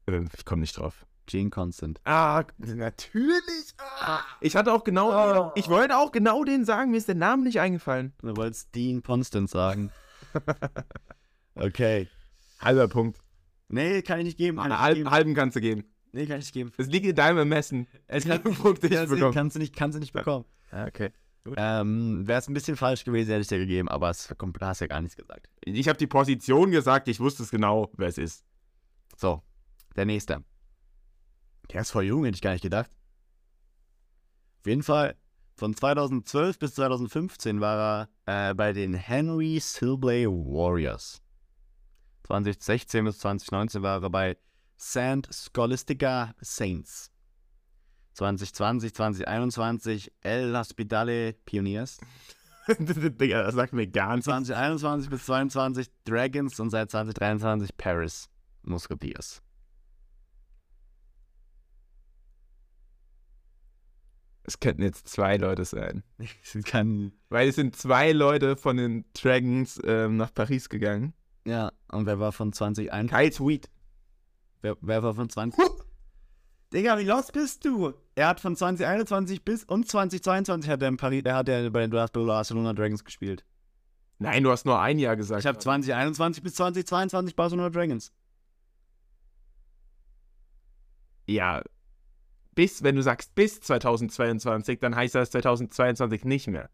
Ähm, Ich komme nicht drauf. Gene Constant. Ah, natürlich. Ah. Ich hatte auch genau, ich wollte auch genau den sagen, mir ist der Name nicht eingefallen. Du wolltest Dean Constant sagen. okay. Halber Punkt. Nee, kann ich nicht geben. Kann ich nicht Halb, geben. halben kannst du geben. Nee, kann ich nicht geben. Es liegt in deinem Ermessen. Es kann- Punkt, den ich bekomme. kannst du nicht, kannst du nicht bekommen. Okay. Ähm, wäre es ein bisschen falsch gewesen, hätte ich dir gegeben, aber es kommt- hast ja gar nichts gesagt. Ich habe die Position gesagt, ich wusste es genau, wer es ist. <laughs> So, der nächste. Der ist voll jung, hätte ich gar nicht gedacht. Auf jeden Fall, von 2012 bis 2015 war er äh, bei den Henry Silbley Warriors. 2016 bis 2019 war er bei St. Scholastica Saints. 2020, 2021 El Hospitale Pioneers. Digga, das sagt mir gar nichts. 2021 bis 22 Dragons und seit 2023 Paris Musketeers. Es könnten jetzt zwei Leute sein. Sie kann, Weil es sind zwei Leute von den Dragons ähm, nach Paris gegangen. ja, und wer war von 2021? Kyle Sweet. Wer, wer war von 20? Digga, wie los bist du? Er hat von 2021 bis und 2022 hat er in Paris, der hat ja bei den Barcelona Dragons gespielt. Nein, du hast nur ein Jahr gesagt. Ich habe 2021 bis 2022 Barcelona Dragons. ja, bis, wenn du sagst bis 2022, dann heißt das 2022 nicht mehr.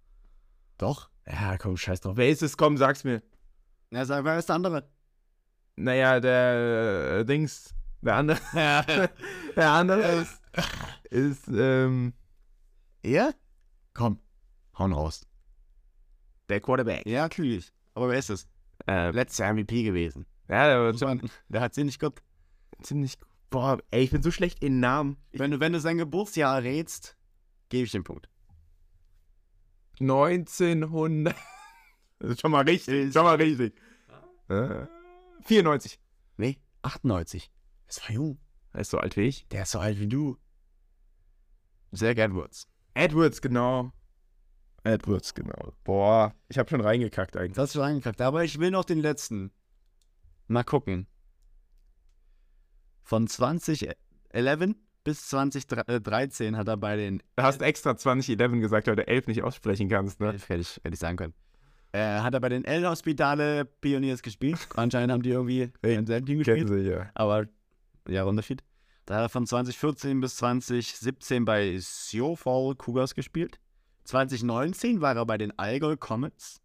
Doch. Ja, komm, scheiß drauf. Wer ist es? Komm, sag's mir. Ja, sag, wer ist der andere? Naja, der äh, Dings, der andere, <laughs> <laughs> der andere ist, ist ähm, er? Komm, hauen raus. der Quarterback. Ja, natürlich. Aber wer ist es? Ähm, Äh, Letzter MVP gewesen. ja, der war Ich meine, der hat sie nicht gut. ziemlich, boah, ey, ich bin so schlecht in Namen. Wenn du, wenn du sein Geburtsjahr rätst, gebe ich den Punkt. 1900, <laughs> das ist schon mal richtig, schon mal richtig. Äh, 94. Nee, 98. Das war jung. Er ist so alt wie ich. Der ist so alt wie du. Zach Edwards. Edwards, genau. Edwards, genau. Boah, ich habe schon reingekackt eigentlich. Das hast du schon angekackt. Aber ich will noch den letzten. Mal gucken. Von 2011 bis 2013 hat er bei den Du hast extra 2011 gesagt, weil du 11 nicht aussprechen kannst, ne? Elf hätte ich, hätte ich sagen können. Äh, hat er bei den L-Hospitale Pioniers gespielt. Anscheinend haben die irgendwie im selben Team gespielt. sie, ja. Aber ja, Unterschied. Da hat er von 2014 bis 2017 bei Siofall Cougars gespielt. 2019 war er bei den Allgäu Comets.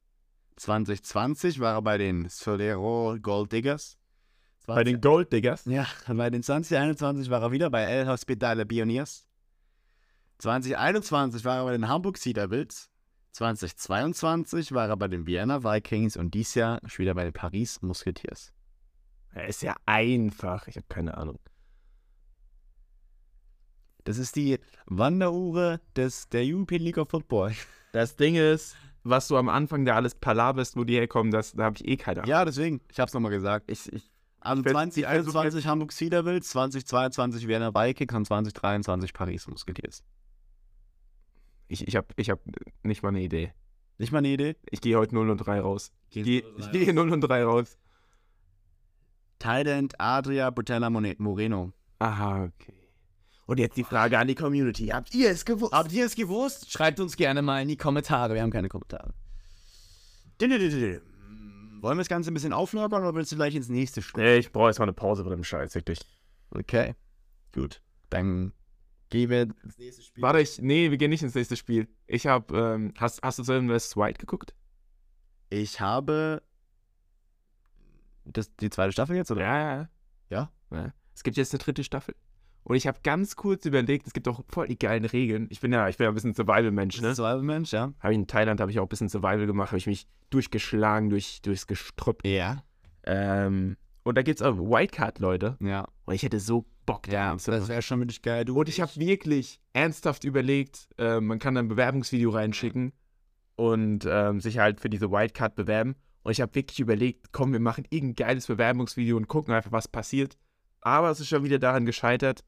2020 war er bei den Solero Gold Diggers. Bei den Gold Diggers. Ja, und bei den 2021 war er wieder bei El Hospitale Pioneers. 2021 war er bei den Hamburg Sea Devils. 2022 war er bei den Vienna Vikings und dies Jahr ist wieder bei den Paris Musketeers. Er ist ja einfach. Ich habe keine Ahnung. Das ist die Wanderuhr des, der European League of Football. Das Ding ist, was du am Anfang da alles palaberst, wo die herkommen, das, da habe ich eh keine Ahnung. Ja, deswegen, ich hab's nochmal gesagt. Ich, ich, Also Ich werd- 2021 Hamburg Sea Devils, 2022 Vienna Vikings und 2023 Paris Musketeers. ich, ich habe ich hab nicht mal eine Idee. Nicht mal eine Idee? Ich gehe heute 0 und 3 raus. Ich gehe ich gehe 0 und 3 raus. Tight End Adria Butella Mone- Moreno. Aha, okay. Ah, Und jetzt die Frage an die Community. Habt ihr es gewusst? Habt ihr es gewusst? Schreibt uns gerne mal in die Kommentare. Wir haben keine Kommentare. Dididididi. Hm, Wollen wir das Ganze ein bisschen auflockern oder willst du gleich ins nächste Spiel? Nee, ich brauche jetzt mal eine Pause von dem Scheiß, wirklich. Okay, gut. Dann gehen wir ins nächste Spiel. Warte, ich, nee, wir gehen nicht ins nächste Spiel. Ich habe, ähm, hast, hast du Seven vs. White geguckt? Ich habe das, die zweite Staffel jetzt, oder? Ja, Ja? ja. Es gibt jetzt eine dritte Staffel. Und ich habe ganz kurz überlegt, es gibt auch voll die geilen Regeln. Ich bin ja, ich bin ja ein bisschen Survival-Mensch, ne? Survival Mensch, ja. Habe ich in Thailand habe ich auch ein bisschen Survival gemacht, habe ich mich durchgeschlagen durch, durchs Gestrüpp. Ja. Ähm, und da gibt's auch Wildcard-Leute. Ja. Und ich hätte so Bock. Ja, so. das wäre schon wirklich geil. Du, Und ich habe wirklich ernsthaft überlegt, äh, man kann da ein Bewerbungsvideo reinschicken und ähm, sich halt für diese Wildcard bewerben. Und ich habe wirklich überlegt, komm, wir machen irgendein geiles Bewerbungsvideo und gucken einfach, was passiert. Aber es ist schon wieder daran gescheitert,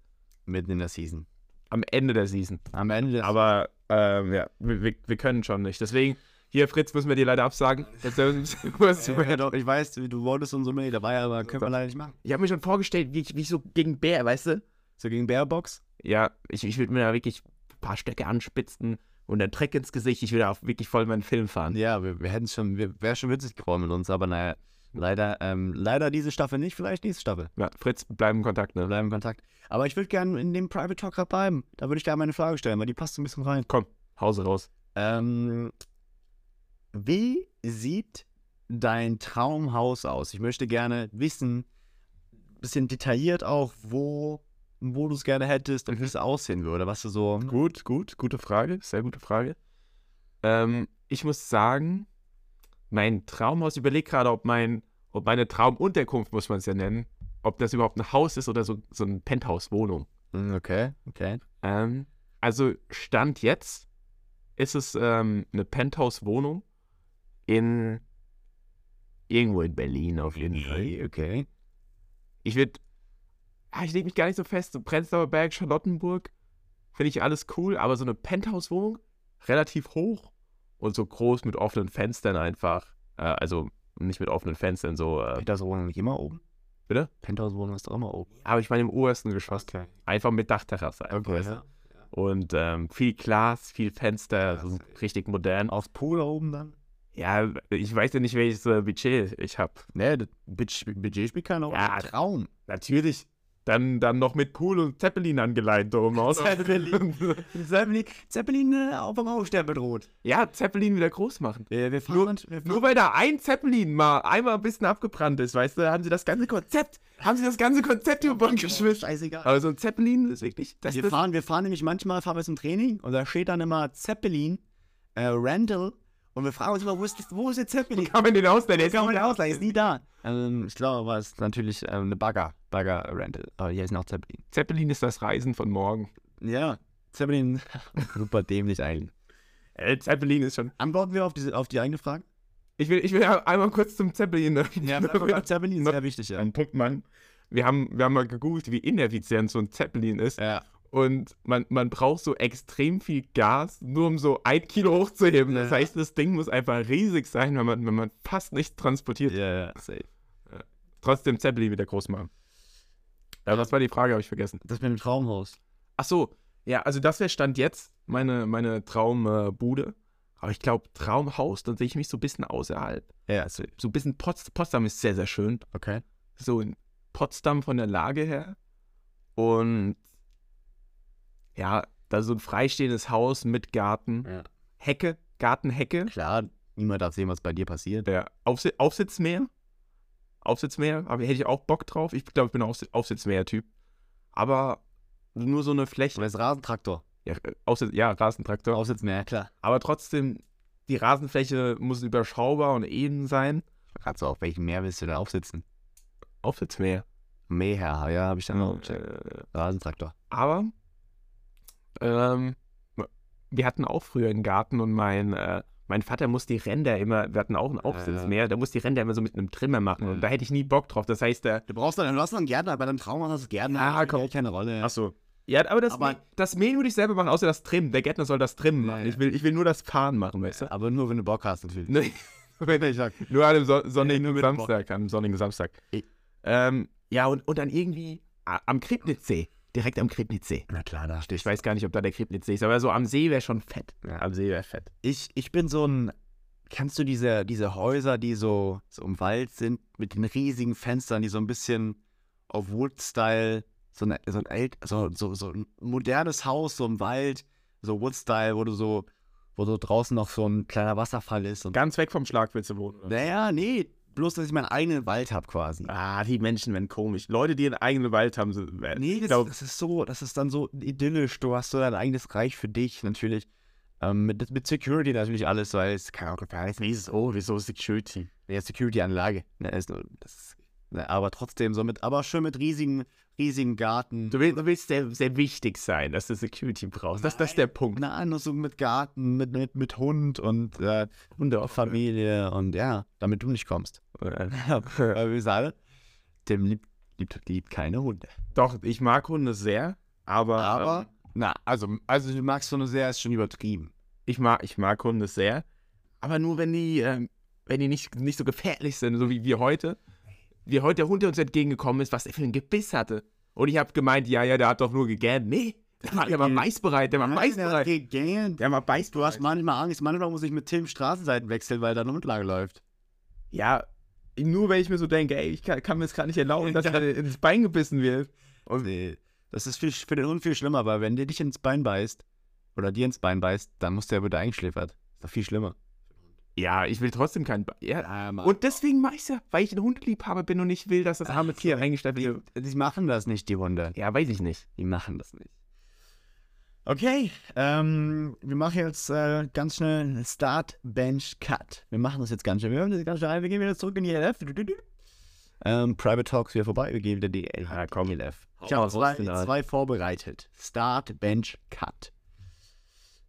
mitten in der Season. am Ende der Season. Am Ende des Aber ähm, ja, wir, wir- wir können schon nicht. Deswegen, hier, Fritz, müssen wir dir leider <laughs> absagen. Jetzt, äh, musst du- ja, doch, ich weiß, du wolltest uns unbedingt dabei, aber können wir leider nicht machen. ich habe mir schon vorgestellt, wie ich, wie ich so gegen Bär, weißt du? So gegen Bearbox? Ja, ich, ich würde mir da wirklich ein paar Stöcke anspitzen und dann Dreck ins Gesicht. Ich würde auch wirklich voll meinen Film fahren. Ja, wir, wir hätten schon, wäre schon witzig geworden mit uns, aber naja, leider, ähm, leider diese Staffel nicht, vielleicht nächste Staffel. Ja, Fritz, bleib in Kontakt, Wir ne? bleiben in Kontakt. Aber ich würde gerne in dem Private Talk gerade bleiben. Da würde ich gerne meine Frage stellen, weil die passt so ein bisschen rein. Komm, Hause raus. Ähm, wie sieht dein Traumhaus aus? Ich möchte gerne wissen, bisschen detailliert auch, wo, wo du es gerne hättest und wie es aussehen würde, was du so. Gut, gut, gute Frage, sehr gute Frage. Ähm, ich muss sagen, mein Traumhaus, ich überlege gerade, ob mein, ob meine Traumunterkunft, muss man es ja nennen, ob das überhaupt ein Haus ist oder so, so ein Penthouse-Wohnung. Mm, Okay, okay. Ähm, also Stand jetzt ist es ähm, eine Penthouse-Wohnung in irgendwo in Berlin auf jeden Fall. Okay. Ich würde, ah, ich lege mich gar nicht so fest, so Prenzlauer Berg, Charlottenburg, finde ich alles cool, aber so eine Penthouse-Wohnung, relativ hoch und so groß mit offenen Fenstern einfach. Äh, also nicht mit offenen Fenstern, so, äh, Penthouse-Wohnung nicht immer oben? Bitte? Penthouse-Wohnung ist doch immer oben. aber ich meine im obersten Geschoss. Okay. Einfach mit Dachterrasse. einfach, Okay. weißt du? Und ähm, viel Glas, viel Fenster, so richtig modern. Aufs Pool da oben dann? Ja, ich weiß ja nicht, welches äh, Budget ich habe. Nee, das Budget, Budget spielt keine Rolle. Ja. Traum. Natürlich. Dann, dann noch mit Pool und Zeppelin angeleitet oben aus. Zeppelin. Zeppelin, Zeppelin äh, auf dem Aussterben bedroht. <laughs> ja, Zeppelin wieder groß machen. Wir, wir fahren, Nur- wir fahren Nur weil da ein Zeppelin mal einmal ein bisschen abgebrannt ist, weißt du, haben sie das ganze Konzept, haben sie das ganze Konzept über Bord geschmissen. scheißegal. Aber so ein Zeppelin ist wirklich, das wir, ist fahren, wir fahren nämlich manchmal fahren wir zum Training und da steht dann immer Zeppelin, äh, Randall und wir fragen uns immer, wo ist, das- wo ist der Zeppelin? kann man den ausleihen. der ist Kann man nicht- raus, der ist nie da. Ähm, ich glaube, aber es ist natürlich ähm, eine Bagger, Bagger Randall. Aber hier ist noch Zeppelin. Zeppelin ist das Reisen von morgen. Ja, Zeppelin, <laughs> super dämlich eigentlich. Äh, Zeppelin ist schon. Antworten wir auf, diese, auf die eigene Frage? Ich will, ich will einmal kurz zum Zeppelin. ne? <laughs> Zeppelin ist Not- sehr wichtig, ja. einen Punkt machen. Wir haben, wir haben mal gegoogelt, wie ineffizient so ein Zeppelin ist. Ja, Und man, man braucht so extrem viel Gas, nur um so ein Kilo hochzuheben. Das Ja. heißt, das Ding muss einfach riesig sein, wenn man, wenn man fast nichts transportiert. ja, ja, safe. Trotzdem Zeppelin wieder groß machen. Ja, was war die Frage? Habe ich vergessen. Das mit dem Traumhaus. Ach so, ja, also das wäre Stand jetzt meine, meine Traumbude. Äh, Bude. Aber ich glaube, Traumhaus, dann sehe ich mich so ein bisschen außerhalb. Ja, safe. So ein bisschen Pots Potsdam ist sehr, sehr schön. Okay. so in Potsdam von der Lage her. Und ja, da so ein freistehendes Haus mit Garten, Ja. Hecke, Gartenhecke, Klar, niemand darf sehen, was bei dir passiert. der Aufsi Aufsitzmäher. Aufsitzmäher, aber hätte ich auch Bock drauf. Ich glaube, ich bin ein Aufs Aufsitzmäher-Typ. Aber nur so eine Oder Fläche. ist Rasentraktor. Ja, äh, Aufsitz ja, Rasentraktor. Aufsitzmäher, klar. Aber trotzdem, die Rasenfläche muss überschaubar und eben sein. Gerade so, auf welchem Meer willst du denn aufsitzen? Aufsitzmäher. Meer, ja, habe ich dann noch gecheckt. Äh, Rasentraktor. Aber ähm, wir hatten auch früher einen Garten und mein, äh, mein Vater muss die Ränder immer, wir hatten auch einen Aufsitzmäher, der muss die Ränder immer so mit einem Trimmer machen und da hätte ich nie Bock drauf. Das heißt, der. Du brauchst dann, du hast noch einen Gärtner, bei deinem Traumhaus hast du Gärtner. Ah, Ah, komm. kommt keine Rolle. Achso. Ja, aber das, Aber- Mähen- das Mähen würde ich selber machen, außer das Trimmen. Der Gärtner soll das Trimmen machen. Ja, ja. Ich, will, ich will nur das Fahren machen, weißt <laughs> du? Aber <laughs> nur, wenn du Bock hast, natürlich. Nee, Wenn ich sag, nur an einem son sonnigen Ja, nur mit Bock. Samstag. Am sonnigen Samstag. Ich- Ähm, ja, und, und dann irgendwie a- am Krebnitzsee. Direkt am Krebnitzsee. na klar, da stehe Ich weiß gar nicht, ob da der Krebnitzsee ist, aber so am See wäre schon fett. Ja. Am See wäre fett. Ich, ich bin so ein. Kannst du diese, diese Häuser, die so, so im Wald sind, mit den riesigen Fenstern, die so ein bisschen auf Wood-Style, so, ein- so, ein alt- so, so, so ein modernes Haus, so im Wald, so Wood-Style, wo du so, wo so draußen noch so ein kleiner Wasserfall ist. Und Ganz weg vom Schlag willst du wohnen. oder? naja, nee, bloß, dass ich meinen eigenen Wald habe quasi. Ah, die Menschen werden komisch. Leute, die einen eigenen Wald haben, sind. Nee, ich das, glaub, das ist so, das ist dann so idyllisch. Du hast so dein eigenes Reich für dich natürlich. Ähm, mit, mit Security natürlich alles, weil es kann auch gar nicht wieso? Wieso Security? Ja, Security-Anlage. Ne, ist nur- das ist- ne, aber trotzdem so mit, aber schön mit riesigen, riesigen Garten. Du willst, du willst sehr, sehr wichtig sein, dass du Security brauchst. Das, das ist der Punkt. Nein, nur so mit Garten, mit, mit, mit Hund und äh, Hundeopfer. Familie und ja, damit du nicht kommst. <laughs> Weil wir sagen, Tim liebt, liebt, liebt keine Hunde. Doch, ich mag Hunde sehr, aber, Aber, ähm, na, also, also du magst so eine sehr, ist schon übertrieben. ich, mag, ich mag Hunde sehr. Aber nur wenn die, ähm, wenn die nicht, nicht so gefährlich sind, so wie wir heute. Wie heute der Hund, der uns entgegengekommen ist, was er für ein Gebiss hatte. Und ich habe gemeint, ja, ja, der hat doch nur gegähnt. Nee, der war, der war beißbereit, der war beißbereit. Gängen. Der war beißbereit. Du hast manchmal Angst, manchmal muss ich mit Tim Straßenseiten wechseln, weil da eine Hundlage läuft. Ja, nur wenn ich mir so denke, ey, ich kann, kann mir das gar nicht erlauben, dass er ins Bein gebissen wird. Nee, das ist viel, für den Hund viel schlimmer, weil wenn der dich ins Bein beißt oder dir ins Bein beißt, dann muss der wieder eingeschläfert. Ist doch viel schlimmer. Ja, ich will trotzdem keinen Bein. Ja. Und Und deswegen mache ich's ja, weil ich ein Hundeliebhaber bin und ich will, dass das arme Tier eingestellt wird. die machen das nicht, die Hunde. Ja, weiß ich nicht. Die machen das nicht. Okay, ähm, wir machen jetzt äh, ganz schnell einen Start, Bench, Cut. Wir machen das jetzt ganz schnell. Wir hören das jetzt ganz schnell ein. Wir gehen wieder zurück in die LF. Ähm, Private Talks wieder vorbei. Wir gehen wieder die LH. Ja, komm. DLF. Hau Ich habe mal zwei, raus den Arsch. zwei vorbereitet. Start, Bench, Cut.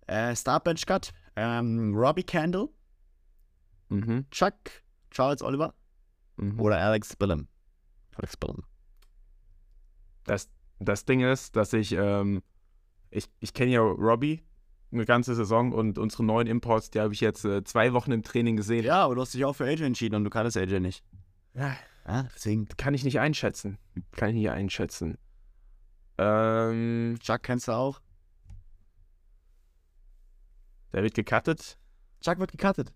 Äh, Start, Bench, Cut. Ähm, Robbie Candle, Mhm. Chuck, Charles Oliver mhm. oder Alex Billum. Alex Billum. Das, das Ding ist, dass ich, ähm, ich, ich kenne ja Robbie eine ganze Saison und unsere neuen Imports, die habe ich jetzt äh, zwei Wochen im Training gesehen. Ja, aber du hast dich auch für AJ entschieden und du kannst AJ nicht. Ja, Ah, deswegen. Kann ich nicht einschätzen. Kann ich nicht einschätzen. Ähm, Chuck kennst du auch. der wird gecuttet. Chuck wird gecuttet.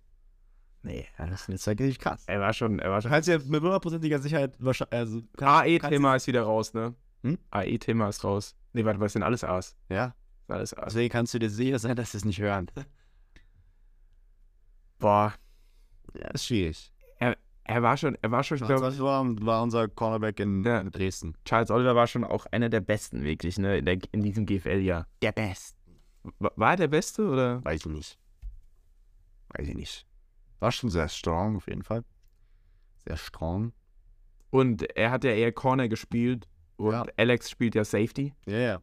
Nee. Ja, das ist jetzt halt wirklich krass. Er war schon, er war Du schon. kannst ja mit hundertprozentiger Sicherheit wahrscheinlich. Also, AE-Thema ist wieder raus, ne? Hm? AE-Thema ist raus. Nee, warte, was sind alles A's? ja, Sind Alles A's. deswegen kannst du dir sicher sein, dass sie es nicht hören. Boah. Ja, ist schwierig. Er war schon, er war schon, ich glaub, 28 war, war unser Cornerback in, Ja. in Dresden. Charles Oliver war schon auch einer der besten, wirklich, ne? In, der, in diesem GFL-Jahr. Der Best. Wa- War er der Beste oder? Weiß ich nicht. Weiß ich nicht. War schon sehr strong, auf jeden Fall. Sehr strong. Und er hat ja eher Corner gespielt und Ja. Alex spielt ja Safety. Ja, ja.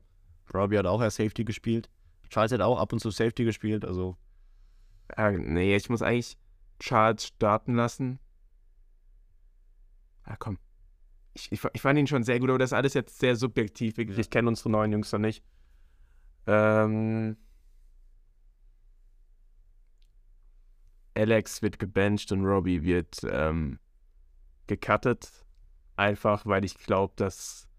Robbie hat auch eher Safety gespielt. Charles hat auch ab und zu Safety gespielt, also. Ah, nee, ich muss eigentlich Charles starten lassen. Ah, komm. Ich, ich, ich fand ihn schon sehr gut, aber das ist alles jetzt sehr subjektiv. Wirklich. Ja. Ich kenne unsere neuen Jungs noch nicht. Ähm, Alex wird gebencht und Robbie wird ähm, gecuttet. Einfach, weil ich glaube, dass,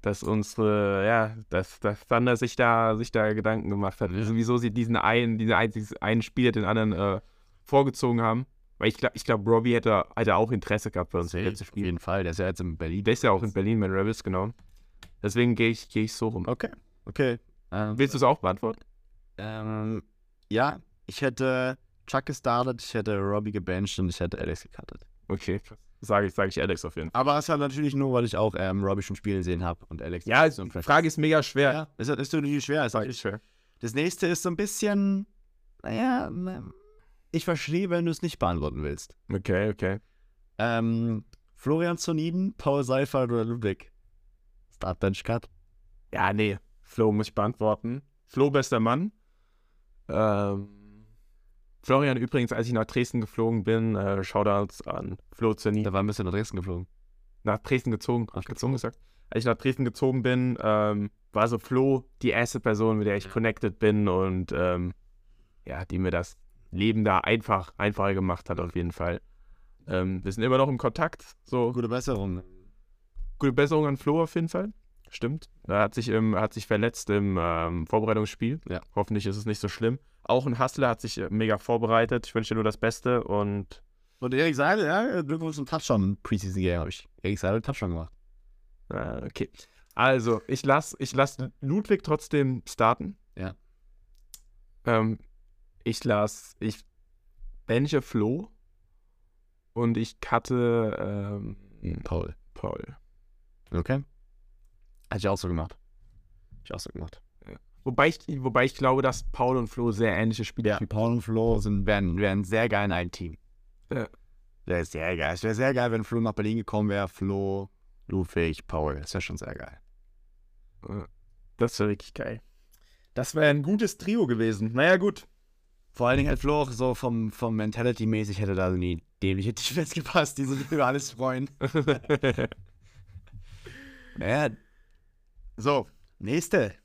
dass unsere, ja, dass, dass Thunder sich da, sich da Gedanken gemacht hat. Also, wieso sie diesen einen, diesen einzigen einen Spieler den anderen äh, vorgezogen haben. Weil ich glaube, ich glaub, Robbie hätte, hätte auch Interesse gehabt bei uns hier zu Auf spielen. jeden Fall. Der ist ja jetzt in Berlin. Der ist ja auch in Berlin bei den Rebels, genau. Deswegen gehe ich, geh ich so rum. Okay. Okay. Ähm, Willst du es auch beantworten? ähm, ja, ich hätte Chuck gestartet, ich hätte Robbie gebencht und ich hätte Alex gecuttet. Okay, sage ich, sag ich Alex auf jeden Fall. Aber es war natürlich nur, weil ich auch ähm, Robbie schon spielen sehen habe und Alex. Ja, also, die Frage ist mega schwer. ja. Ist, ist natürlich schwer. Ist, Ist schwer. Das nächste ist so ein bisschen, naja, ähm, ich verstehe, wenn du es nicht beantworten willst. Okay, okay. Ähm, Florian Zoniden, Paul Seifert oder Ludwig? Start Bench Cut. Ja, nee. Flo muss ich beantworten. Flo, bester Mann. Ähm, Florian übrigens, als ich nach Dresden geflogen bin, äh, Shoutouts an Flo Zerni. Da war ein bisschen nach Dresden geflogen. Nach Dresden gezogen, hab ich gezogen gesagt. Als ich nach Dresden gezogen bin, ähm, war so Flo die erste Person, mit der ich connected bin und ähm, ja, die mir das Leben da einfach, einfacher gemacht hat auf jeden Fall. Ähm, wir sind immer noch im Kontakt, so Gute Besserung. gute Besserung an Flo auf jeden Fall. Stimmt. Er hat sich, im, hat sich verletzt im ähm, Vorbereitungsspiel. Ja. Hoffentlich ist es nicht so schlimm. Auch ein Hustler hat sich äh, mega vorbereitet. Ich wünsche dir nur das Beste und Und Erik Seidel, ja, Glückwunsch zum Touchdown im Preseason Game habe ich. Erik Seidel hat Touchdown gemacht. äh, okay. Also, ich lasse ich lass Ludwig trotzdem starten. Ja. Ähm, ich lasse, ich benche Flo und ich cutte ähm, Paul. Paul. Okay. Hat ich auch so gemacht. Hab ich auch so gemacht. Wobei ich, wobei ich glaube, dass Paul und Flo sehr ähnliche Spieler Ja. Paul und Flo sind, wären, wären sehr geil in einem Team. Ja. Wäre sehr geil. Es wäre sehr geil, wenn Flo nach Berlin gekommen wäre. Flo, Ludwig, Paul. Das wäre schon sehr geil. Das wäre wirklich geil. Das wäre ein gutes Trio gewesen. Naja, <laughs> gut. Vor allen Dingen halt Flo auch so vom, vom Mentality-mäßig hätte da so nie dämliche Defense <laughs> gepasst. Die sind über alles <laughs> freuen. Naja. So, nächste.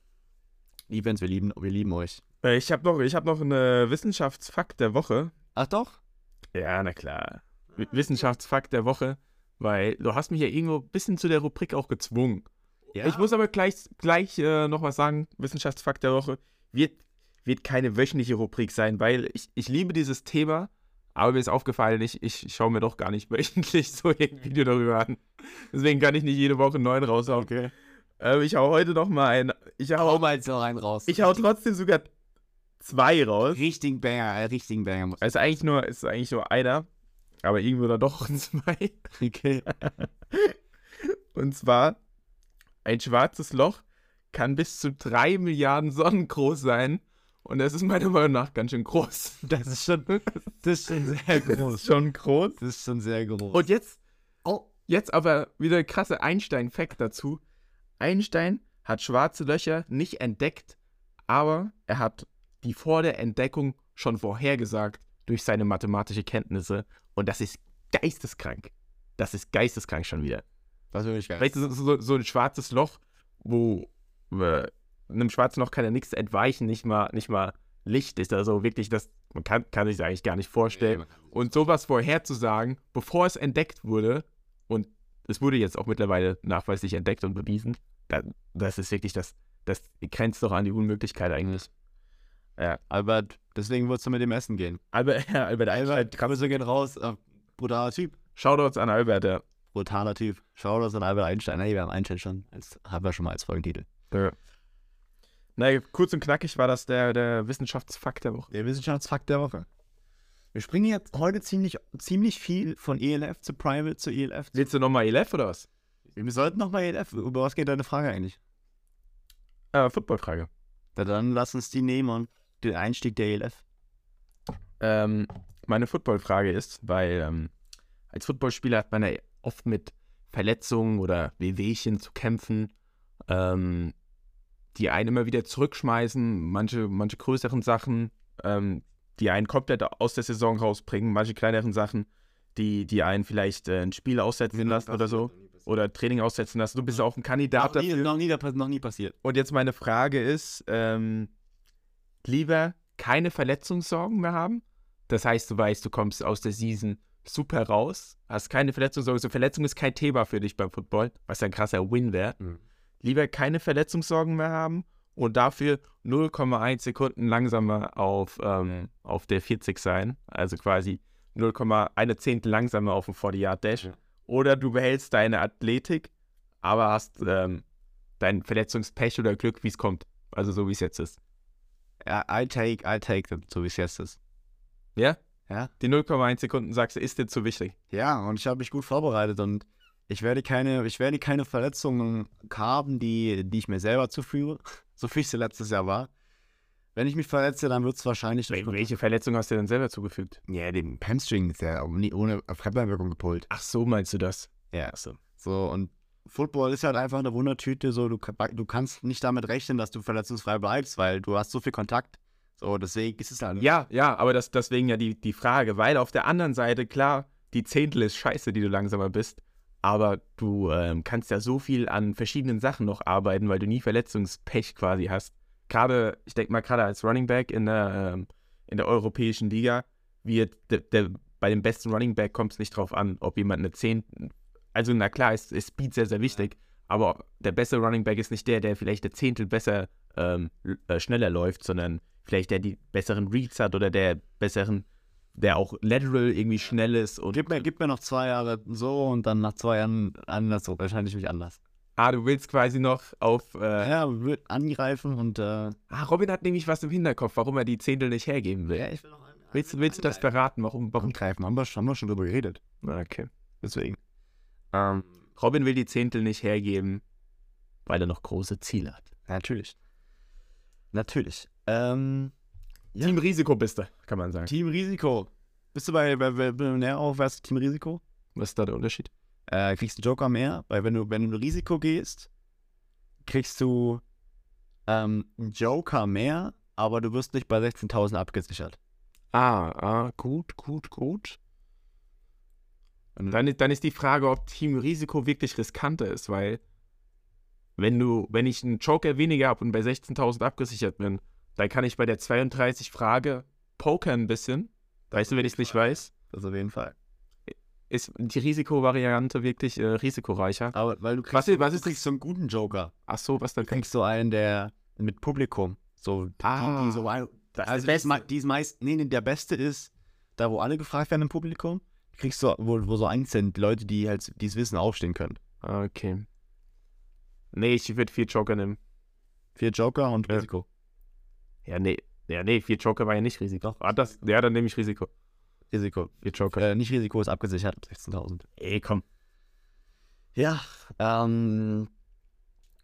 Events, wir lieben, wir lieben euch. Äh, ich habe noch, ich hab noch einen Wissenschaftsfakt der Woche. Ach doch? Ja, na klar. Ah, W Wissenschaftsfakt der Woche, weil du hast mich ja irgendwo ein bisschen zu der Rubrik auch gezwungen. Ja. Ich muss aber gleich, gleich äh, noch was sagen. Wissenschaftsfakt der Woche wird, wird keine wöchentliche Rubrik sein, weil ich, ich liebe dieses Thema, aber mir ist aufgefallen, ich, ich schaue mir doch gar nicht <laughs> wöchentlich so ein Video darüber an. Deswegen kann ich nicht jede Woche einen neuen raushauen. Okay. Oh. Ähm, ich hau heute noch mal ein. Ich hau, Hau mal jetzt noch einen raus. ich hau trotzdem sogar zwei raus. Richtigen Banger, äh, richtigen Banger. Es ist eigentlich nur, es ist eigentlich nur einer, aber irgendwo dann doch <laughs> zwei. Okay. Und zwar ein schwarzes Loch kann bis zu drei Milliarden Sonnen groß sein. Und das ist meiner Meinung nach ganz schön groß. Das ist schon, das ist schon sehr Das ist groß. schon groß. Das ist schon sehr groß. Und jetzt, oh, Jetzt aber wieder krasse Einstein-Fact dazu. Einstein hat schwarze Löcher nicht entdeckt, aber er hat die vor der Entdeckung schon vorhergesagt durch seine mathematische Kenntnisse. Und das ist geisteskrank. Das ist geisteskrank schon wieder. Das ist wirklich geil. Vielleicht ist es so, so ein schwarzes Loch, wo äh, einem schwarzen Loch kann ja nichts entweichen, nicht mal, nicht mal Licht ist. Also wirklich, das, man kann, kann sich das eigentlich gar nicht vorstellen. Und sowas vorherzusagen, bevor es entdeckt wurde, und es wurde jetzt auch mittlerweile nachweislich entdeckt und bewiesen, da, das ist wirklich das, das grenzt doch an die Unmöglichkeit eigentlich. Albert, deswegen wolltest du mit dem Essen gehen. Albert, <laughs> ja, Albert Einstein. Kann man so gehen raus. äh, Brutaler Typ. Shoutouts an Albert, ja. Brutaler Typ. Schau das an Albert Einstein. Hey, wir haben Einstein schon. Jetzt haben wir schon mal als Folgentitel. Ja. Na, kurz und knackig war das der, der Wissenschaftsfakt der Woche. Der Wissenschaftsfakt der Woche. Wir springen jetzt heute ziemlich, ziemlich viel von ELF zu Private zu E ELF. Willst du nochmal ELF oder was? Wir sollten nochmal ELF. Über was geht deine Frage eigentlich? Äh, Footballfrage. Na, dann lass uns die nehmen und den Einstieg der E ELF. Ähm, meine Footballfrage ist, weil ähm, als Footballspieler hat man ja oft mit Verletzungen oder Wehwehchen zu kämpfen, ähm, die einen immer wieder zurückschmeißen, manche, manche größeren Sachen, ähm, die einen komplett aus der Saison rausbringen, manche kleineren Sachen, die, die einen vielleicht äh, ein Spiel aussetzen lassen oder so. Oder Training aussetzen lassen. Du bist ja auch ein Kandidat Noch dafür. nie, noch, nie, da- noch nie passiert. Und jetzt meine Frage ist, ähm, lieber keine Verletzungssorgen mehr haben. Das heißt, du weißt, du kommst aus der Season super raus, hast keine Verletzungssorgen. So Verletzung ist kein Thema für dich beim Football, was ja ein krasser Win wäre. Mhm. Lieber keine Verletzungssorgen mehr haben und dafür 0,1 Sekunden langsamer auf, ähm, auf der 40 sein. Also quasi 0,1 Zehntel langsamer auf dem 40-Yard-Dash. Ja. Oder du behältst deine Athletik, aber hast ähm, dein Verletzungspech oder Glück, wie es kommt. Also so wie es jetzt ist. Ja, I take, I take them, so wie es jetzt ist. Ja? Ja. Die 0,1 Sekunden sagst du, ist dir zu wichtig. Ja, und ich habe mich gut vorbereitet und ich werde keine, ich werde keine Verletzungen haben, die, die ich mir selber zuführe, <laughs> so wie es letztes Jahr war. Wenn ich mich verletze, dann wird es wahrscheinlich durch Welche Verletzung hast du denn selber zugefügt? Ja, den Hamstring ist ja auch nie ohne Fremdeinwirkung gepult. Ach so, meinst du das? Ja. Ach so. So, und Football ist halt einfach eine Wundertüte, so du, ka- du kannst nicht damit rechnen, dass du verletzungsfrei bleibst, weil du hast so viel Kontakt. So, deswegen ist es halt. Ja, ja, aber das, deswegen ja die, die Frage, weil auf der anderen Seite, klar, die Zehntel ist scheiße, die du langsamer bist, aber du ähm, kannst ja so viel an verschiedenen Sachen noch arbeiten, weil du nie Verletzungspech quasi hast. Gerade, ich denke mal, gerade als Running Back in der, ähm, in der europäischen Liga, wird der, der, bei dem besten Running Back kommt es nicht drauf an, ob jemand eine Zehnten, also na klar, ist, ist Speed sehr, sehr wichtig, aber der beste Running Back ist nicht der, der vielleicht eine Zehntel besser ähm, l- äh, schneller läuft, sondern vielleicht der die besseren Reads hat oder der besseren, der auch lateral irgendwie schnell ist und Gib mir, gib mir noch zwei Jahre so und dann nach zwei Jahren anders, so wahrscheinlich mich anders. ah, du willst quasi noch auf äh, Ja, wird angreifen und äh, ah, Robin hat nämlich was im Hinterkopf, warum er die Zehntel nicht hergeben will. ich will noch einen. Willst, du- willst du das verraten, warum, warum? angreifen? Haben wir, schon- haben wir schon drüber geredet. Okay. Deswegen. Ähm. Robin will die Zehntel nicht hergeben, weil er noch große Ziele hat. Natürlich. Natürlich. Ähm, Ja. Team Risiko bist du, kann man sagen. Team Risiko. Bist du bei Wer wird Millionär auch, wärst du Team Risiko? Was ist da der Unterschied? Äh, kriegst du einen Joker mehr, weil wenn du, wenn du Risiko gehst, kriegst du ähm, einen Joker mehr, aber du wirst nicht bei 16.000 abgesichert. Ah, ah, gut, gut, gut. Und dann, dann ist die Frage, ob Team Risiko wirklich riskanter ist, weil wenn du, wenn ich einen Joker weniger habe und bei 16.000 abgesichert bin, dann kann ich bei der 32 Frage pokern ein bisschen. Weißt du, wenn ich es nicht weiß, Das auf jeden Fall. ist die Risikovariante wirklich äh, risikoreicher. Aber weil du kriegst, Was, was du ist kriegst so einen guten Joker. Ach so, was Du dann kriegst so einen, der mit Publikum. So, Ah, die, die so ein, das ist also der die ist mei- die ist meist, nee, nee, der Beste ist, da wo alle gefragt werden im Publikum, kriegst du, wo, wo so einzeln die Leute, die halt, die es wissen, aufstehen können. Ah, Okay. Nee, ich würde vier Joker nehmen. Vier Joker und Ja. Risiko. Ja, nee. Ja, nee, vier Joker war ja nicht Risiko. Doch. Ah, das, ja, dann nehme ich Risiko. Risiko. Vier Joker. Äh, nicht Risiko ist abgesichert ab 16.000. Ey, komm. Ja, ähm,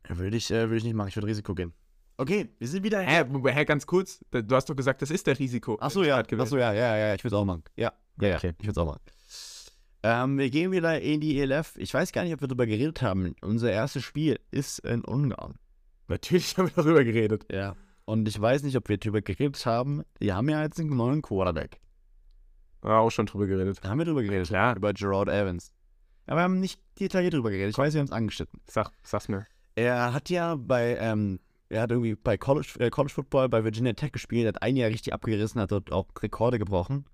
würde ich, äh, würde ich nicht machen. Ich würde Risiko gehen. Okay, wir sind wieder. Hä, w- hä, ganz kurz, da- du hast doch gesagt, das ist der Risiko. Achso, ja. Staat gewählt. Achso, ja, ja, ja, ja, ich würde es auch machen. Ja, ja, ja. Okay. Ich würde es auch machen. Ähm, wir gehen wieder in die ELF. Ich weiß gar nicht, ob wir darüber geredet haben. Unser erstes Spiel ist in Ungarn. Natürlich haben wir darüber geredet. Ja. Und ich weiß nicht, ob wir darüber geredet haben. Die haben ja jetzt einen neuen Quarterback. Ja, Ah, auch schon drüber geredet. Da haben wir drüber geredet. Ah. Klar. Über Gerard Evans. Aber wir haben nicht detailliert drüber geredet. Ich weiß, wir haben es angeschnitten. Sag, sag's mir. Er hat ja bei, ähm, er hat irgendwie bei College, äh, College Football bei Virginia Tech gespielt, hat ein Jahr richtig abgerissen, hat dort auch Rekorde gebrochen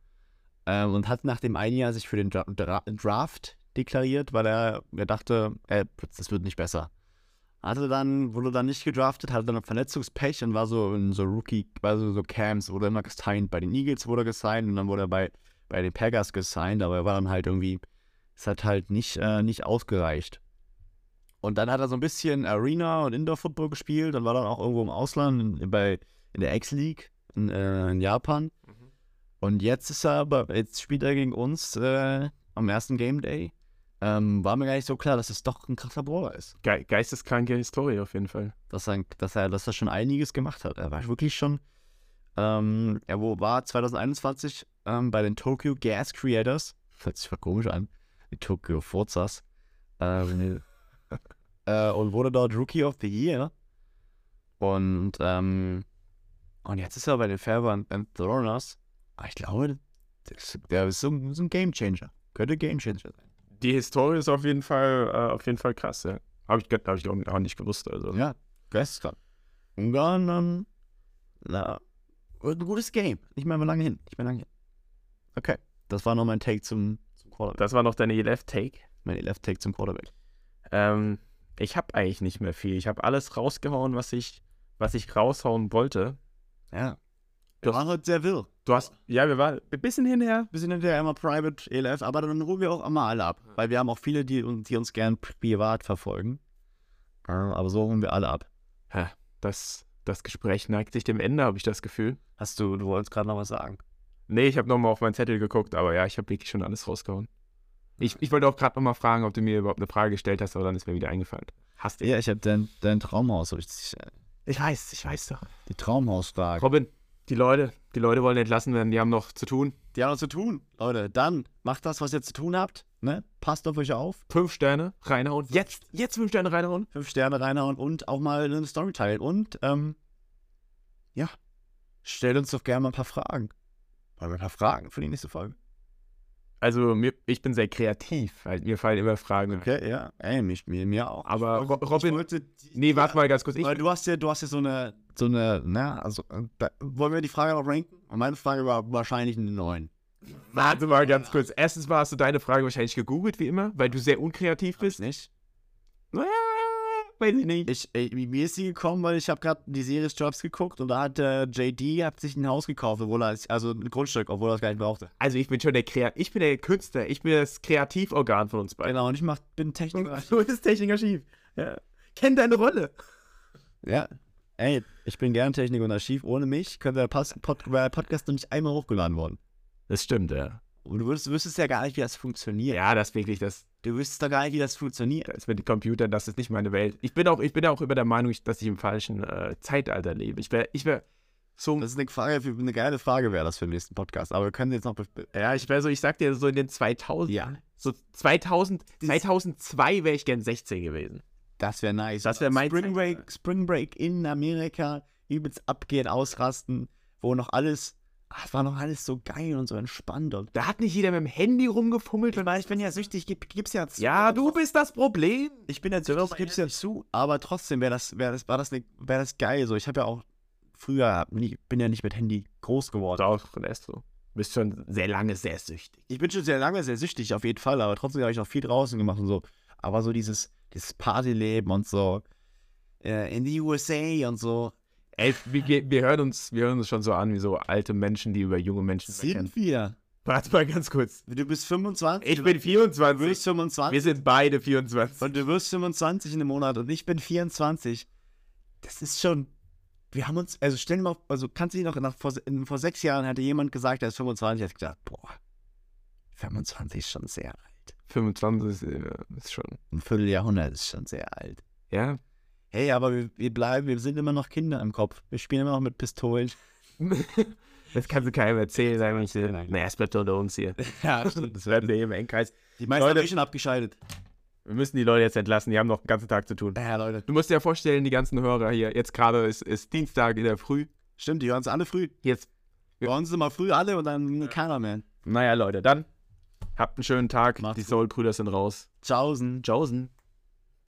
ähm, und hat nach dem einen Jahr sich für den Dra Dra Draft deklariert, weil er, er dachte, äh, das wird nicht besser. Hatte dann, wurde dann nicht gedraftet, hatte dann Verletzungspech und war so in so Rookie, war so, so Camps, wurde immer gesigned. Bei den Eagles wurde er gesigned und dann wurde er bei, bei den Packers gesigned, aber er war dann halt irgendwie, es hat halt nicht, äh, nicht ausgereicht. Und dann hat er so ein bisschen Arena und Indoor-Football gespielt und war dann auch irgendwo im Ausland in, bei, in der X-League in, äh, in Japan. Und jetzt ist er aber, jetzt spielt er gegen uns äh, am ersten Game Day. Ähm, war mir gar nicht so klar, dass es doch ein krasser Brawler ist. Ge geisteskranke Historie auf jeden Fall. Dass er, dass er, dass er schon einiges gemacht hat. Er war wirklich schon, ähm, er wo- war 2021 ähm, bei den Tokyo Gas Creators. Hört sich voll komisch an. Die Tokyo Forzas. Ähm, äh, und wurde dort Rookie of the Year. Und, ähm, und jetzt ist er bei den Fairbairn and Thorners. Aber Ah, Ich glaube, das, der ist so, ein- so ein Game Changer. Könnte Game Changer sein. Die Historie ist auf jeden Fall, äh, auf jeden Fall krass, ja. Habe ich, ge- hab ich auch auch nicht gewusst. Also. Ja, geisteskrank. Ungarn, ähm, na, wird ein gutes Game. Nicht mehr lange hin. Nicht mehr lange hin. Okay, das war noch mein Take zum, zum Quarterback. Das war noch deine ELF-Take. Mein E Left-Take zum Quarterback. Ähm, ich habe eigentlich nicht mehr viel. Ich habe alles rausgehauen, was ich, was ich raushauen wollte. Ja. Du- Wir waren heute sehr wirr. Du hast, ja, wir waren ein bisschen hinher. Wir sind hinterher immer Private ELF, aber dann holen wir auch immer alle ab. Weil wir haben auch viele, die, uns- die uns gern privat verfolgen. Äh, Aber so holen wir alle ab. Das, das Gespräch neigt sich dem Ende, habe ich das Gefühl. Hast du, du wolltest gerade noch was sagen? Nee, ich habe nochmal auf meinen Zettel geguckt, aber ja, ich habe wirklich schon alles rausgehauen. Ich, ich wollte auch gerade nochmal fragen, ob du mir überhaupt eine Frage gestellt hast, aber dann ist mir wieder eingefallen. Hast du? Ja, ich habe dein, dein Traumhaus. Hab ich, dich, äh, Ich weiß, ich weiß doch. die Traumhausfrage. Robin, die Leute, die Leute wollen entlassen werden, die haben noch zu tun. Die haben noch zu tun. Leute, dann macht das, was ihr zu tun habt. Ne? Passt auf euch auf. Fünf Sterne reinhauen. Jetzt, jetzt fünf Sterne reinhauen. Fünf Sterne reinhauen und auch mal eine Story teilen. Und, ähm, ja, stellt uns doch gerne mal ein paar Fragen. Wollen wir ein paar Fragen für die nächste Folge? Also mir, ich bin sehr kreativ, weil mir fallen immer Fragen. ein. Okay, ja. Ey, mich, mir, mir auch. Aber Ich Ro- Robin- wollte die- Nee, warte mal ganz kurz. Ich, Weil du hast ja, du hast ja so eine, so eine, na, also, äh, da, wollen wir die Frage noch ranken? Und meine Frage war wahrscheinlich eine 9. warte mal ganz kurz. Erstens mal hast du deine Frage wahrscheinlich gegoogelt, wie immer, weil du sehr unkreativ bist. Nicht? Ah, <laughs> Weiß ich nicht. Ich, äh, mir ist sie gekommen, weil ich habe gerade die Serie Jobs geguckt und da hat äh, JD hat sich ein Haus gekauft, obwohl er, also ein Grundstück, obwohl er es gar nicht brauchte. Also ich bin schon der Krea ich bin der Künstler, ich bin das Kreativorgan von uns beiden. Genau, und ich mach, <laughs> bin Techniker. So ist Techniker schief. Ja. Kenn deine Rolle. ja. Ey, ich bin gern Techniker und Archiv. Ohne mich könnte der Pas- Pod der Podcast noch nicht einmal hochgeladen worden. Das stimmt, ja. Und du wüsstest, wüsstest ja gar nicht, wie das funktioniert. Ja, das wirklich, das, Du wüsstest doch gar nicht, wie das funktioniert. das ist mit den Computern, das ist nicht meine Welt. Ich bin auch, ich bin auch über der Meinung, ich- dass ich im falschen äh, Zeitalter lebe. Ich wäre, ich wäre so, Das ist eine, Frage, für- eine geile Frage wäre das für den nächsten Podcast. Aber wir können jetzt noch be- äh, ja, ich wäre so, ich sag dir, so in den 2000, Ja. so 2000, 2002 wäre ich gern 16 gewesen. Das wäre nice. Das wär mein Spring Zeitalter. Break, Spring Break in Amerika, übelst abgehen, ausrasten, wo noch alles, ah, es war noch alles so geil und so entspannt und Da hat nicht jeder mit dem Handy rumgefummelt. ich weiß, ich bin ja süchtig, gib, gib's ja zu. Ja, du bist das Problem. Ich bin ja süchtig, gib's ja zu. Aber trotzdem wäre das, wäre das, war das, ne, wär das geil. So, ich habe ja auch früher, nie, bin ja nicht mit Handy groß geworden. Doch, erst so. Bist schon sehr lange sehr süchtig. Ich bin schon sehr lange sehr süchtig, auf jeden Fall, aber trotzdem habe ich noch viel draußen gemacht und so. Aber so dieses, dieses Partyleben und so, äh, in the USA und so, Ey, wir, wir, wir, hören uns, wir hören uns schon so an wie so alte Menschen, die über junge Menschen meckern. sind wir. Warte mal ganz kurz. Du bist 25. Ich bin Du bist 24. 25. Wir sind beide 24. und du wirst 25 in einem Monat und ich bin 24. Das ist schon. Wir haben uns. Also stell dir mal. Also kannst du dich noch. Nach, vor, in, vor sechs Jahren hatte jemand gesagt, er ist 25. hat gedacht, boah, 25 ist schon sehr alt. 25 ist, äh, ist schon. Ein Vierteljahrhundert ist schon sehr alt. <laughs> Ja. Hey, aber wir, wir bleiben. Wir sind immer noch Kinder im Kopf. Wir spielen immer noch mit Pistolen. Das kannst du keinem erzählen, sagen ich dir. Naja, es bleibt unter uns <laughs> hier. <laughs> Ja, stimmt. Das werden wir hier im Engkreis. Die meisten Leute- haben eh schon abgeschaltet. Wir müssen die Leute jetzt entlassen, die haben noch den ganzen Tag zu tun. Ja, Leute. Du musst dir ja vorstellen, die ganzen Hörer hier, jetzt gerade ist, ist Dienstag in der Früh. Stimmt, die hören es alle früh. Jetzt, Wir hören sie mal früh alle und dann keiner mehr. naja, Leute, dann habt einen schönen Tag. Macht's die gut. Soul-Brüder sind raus. Tschaußen. Josen.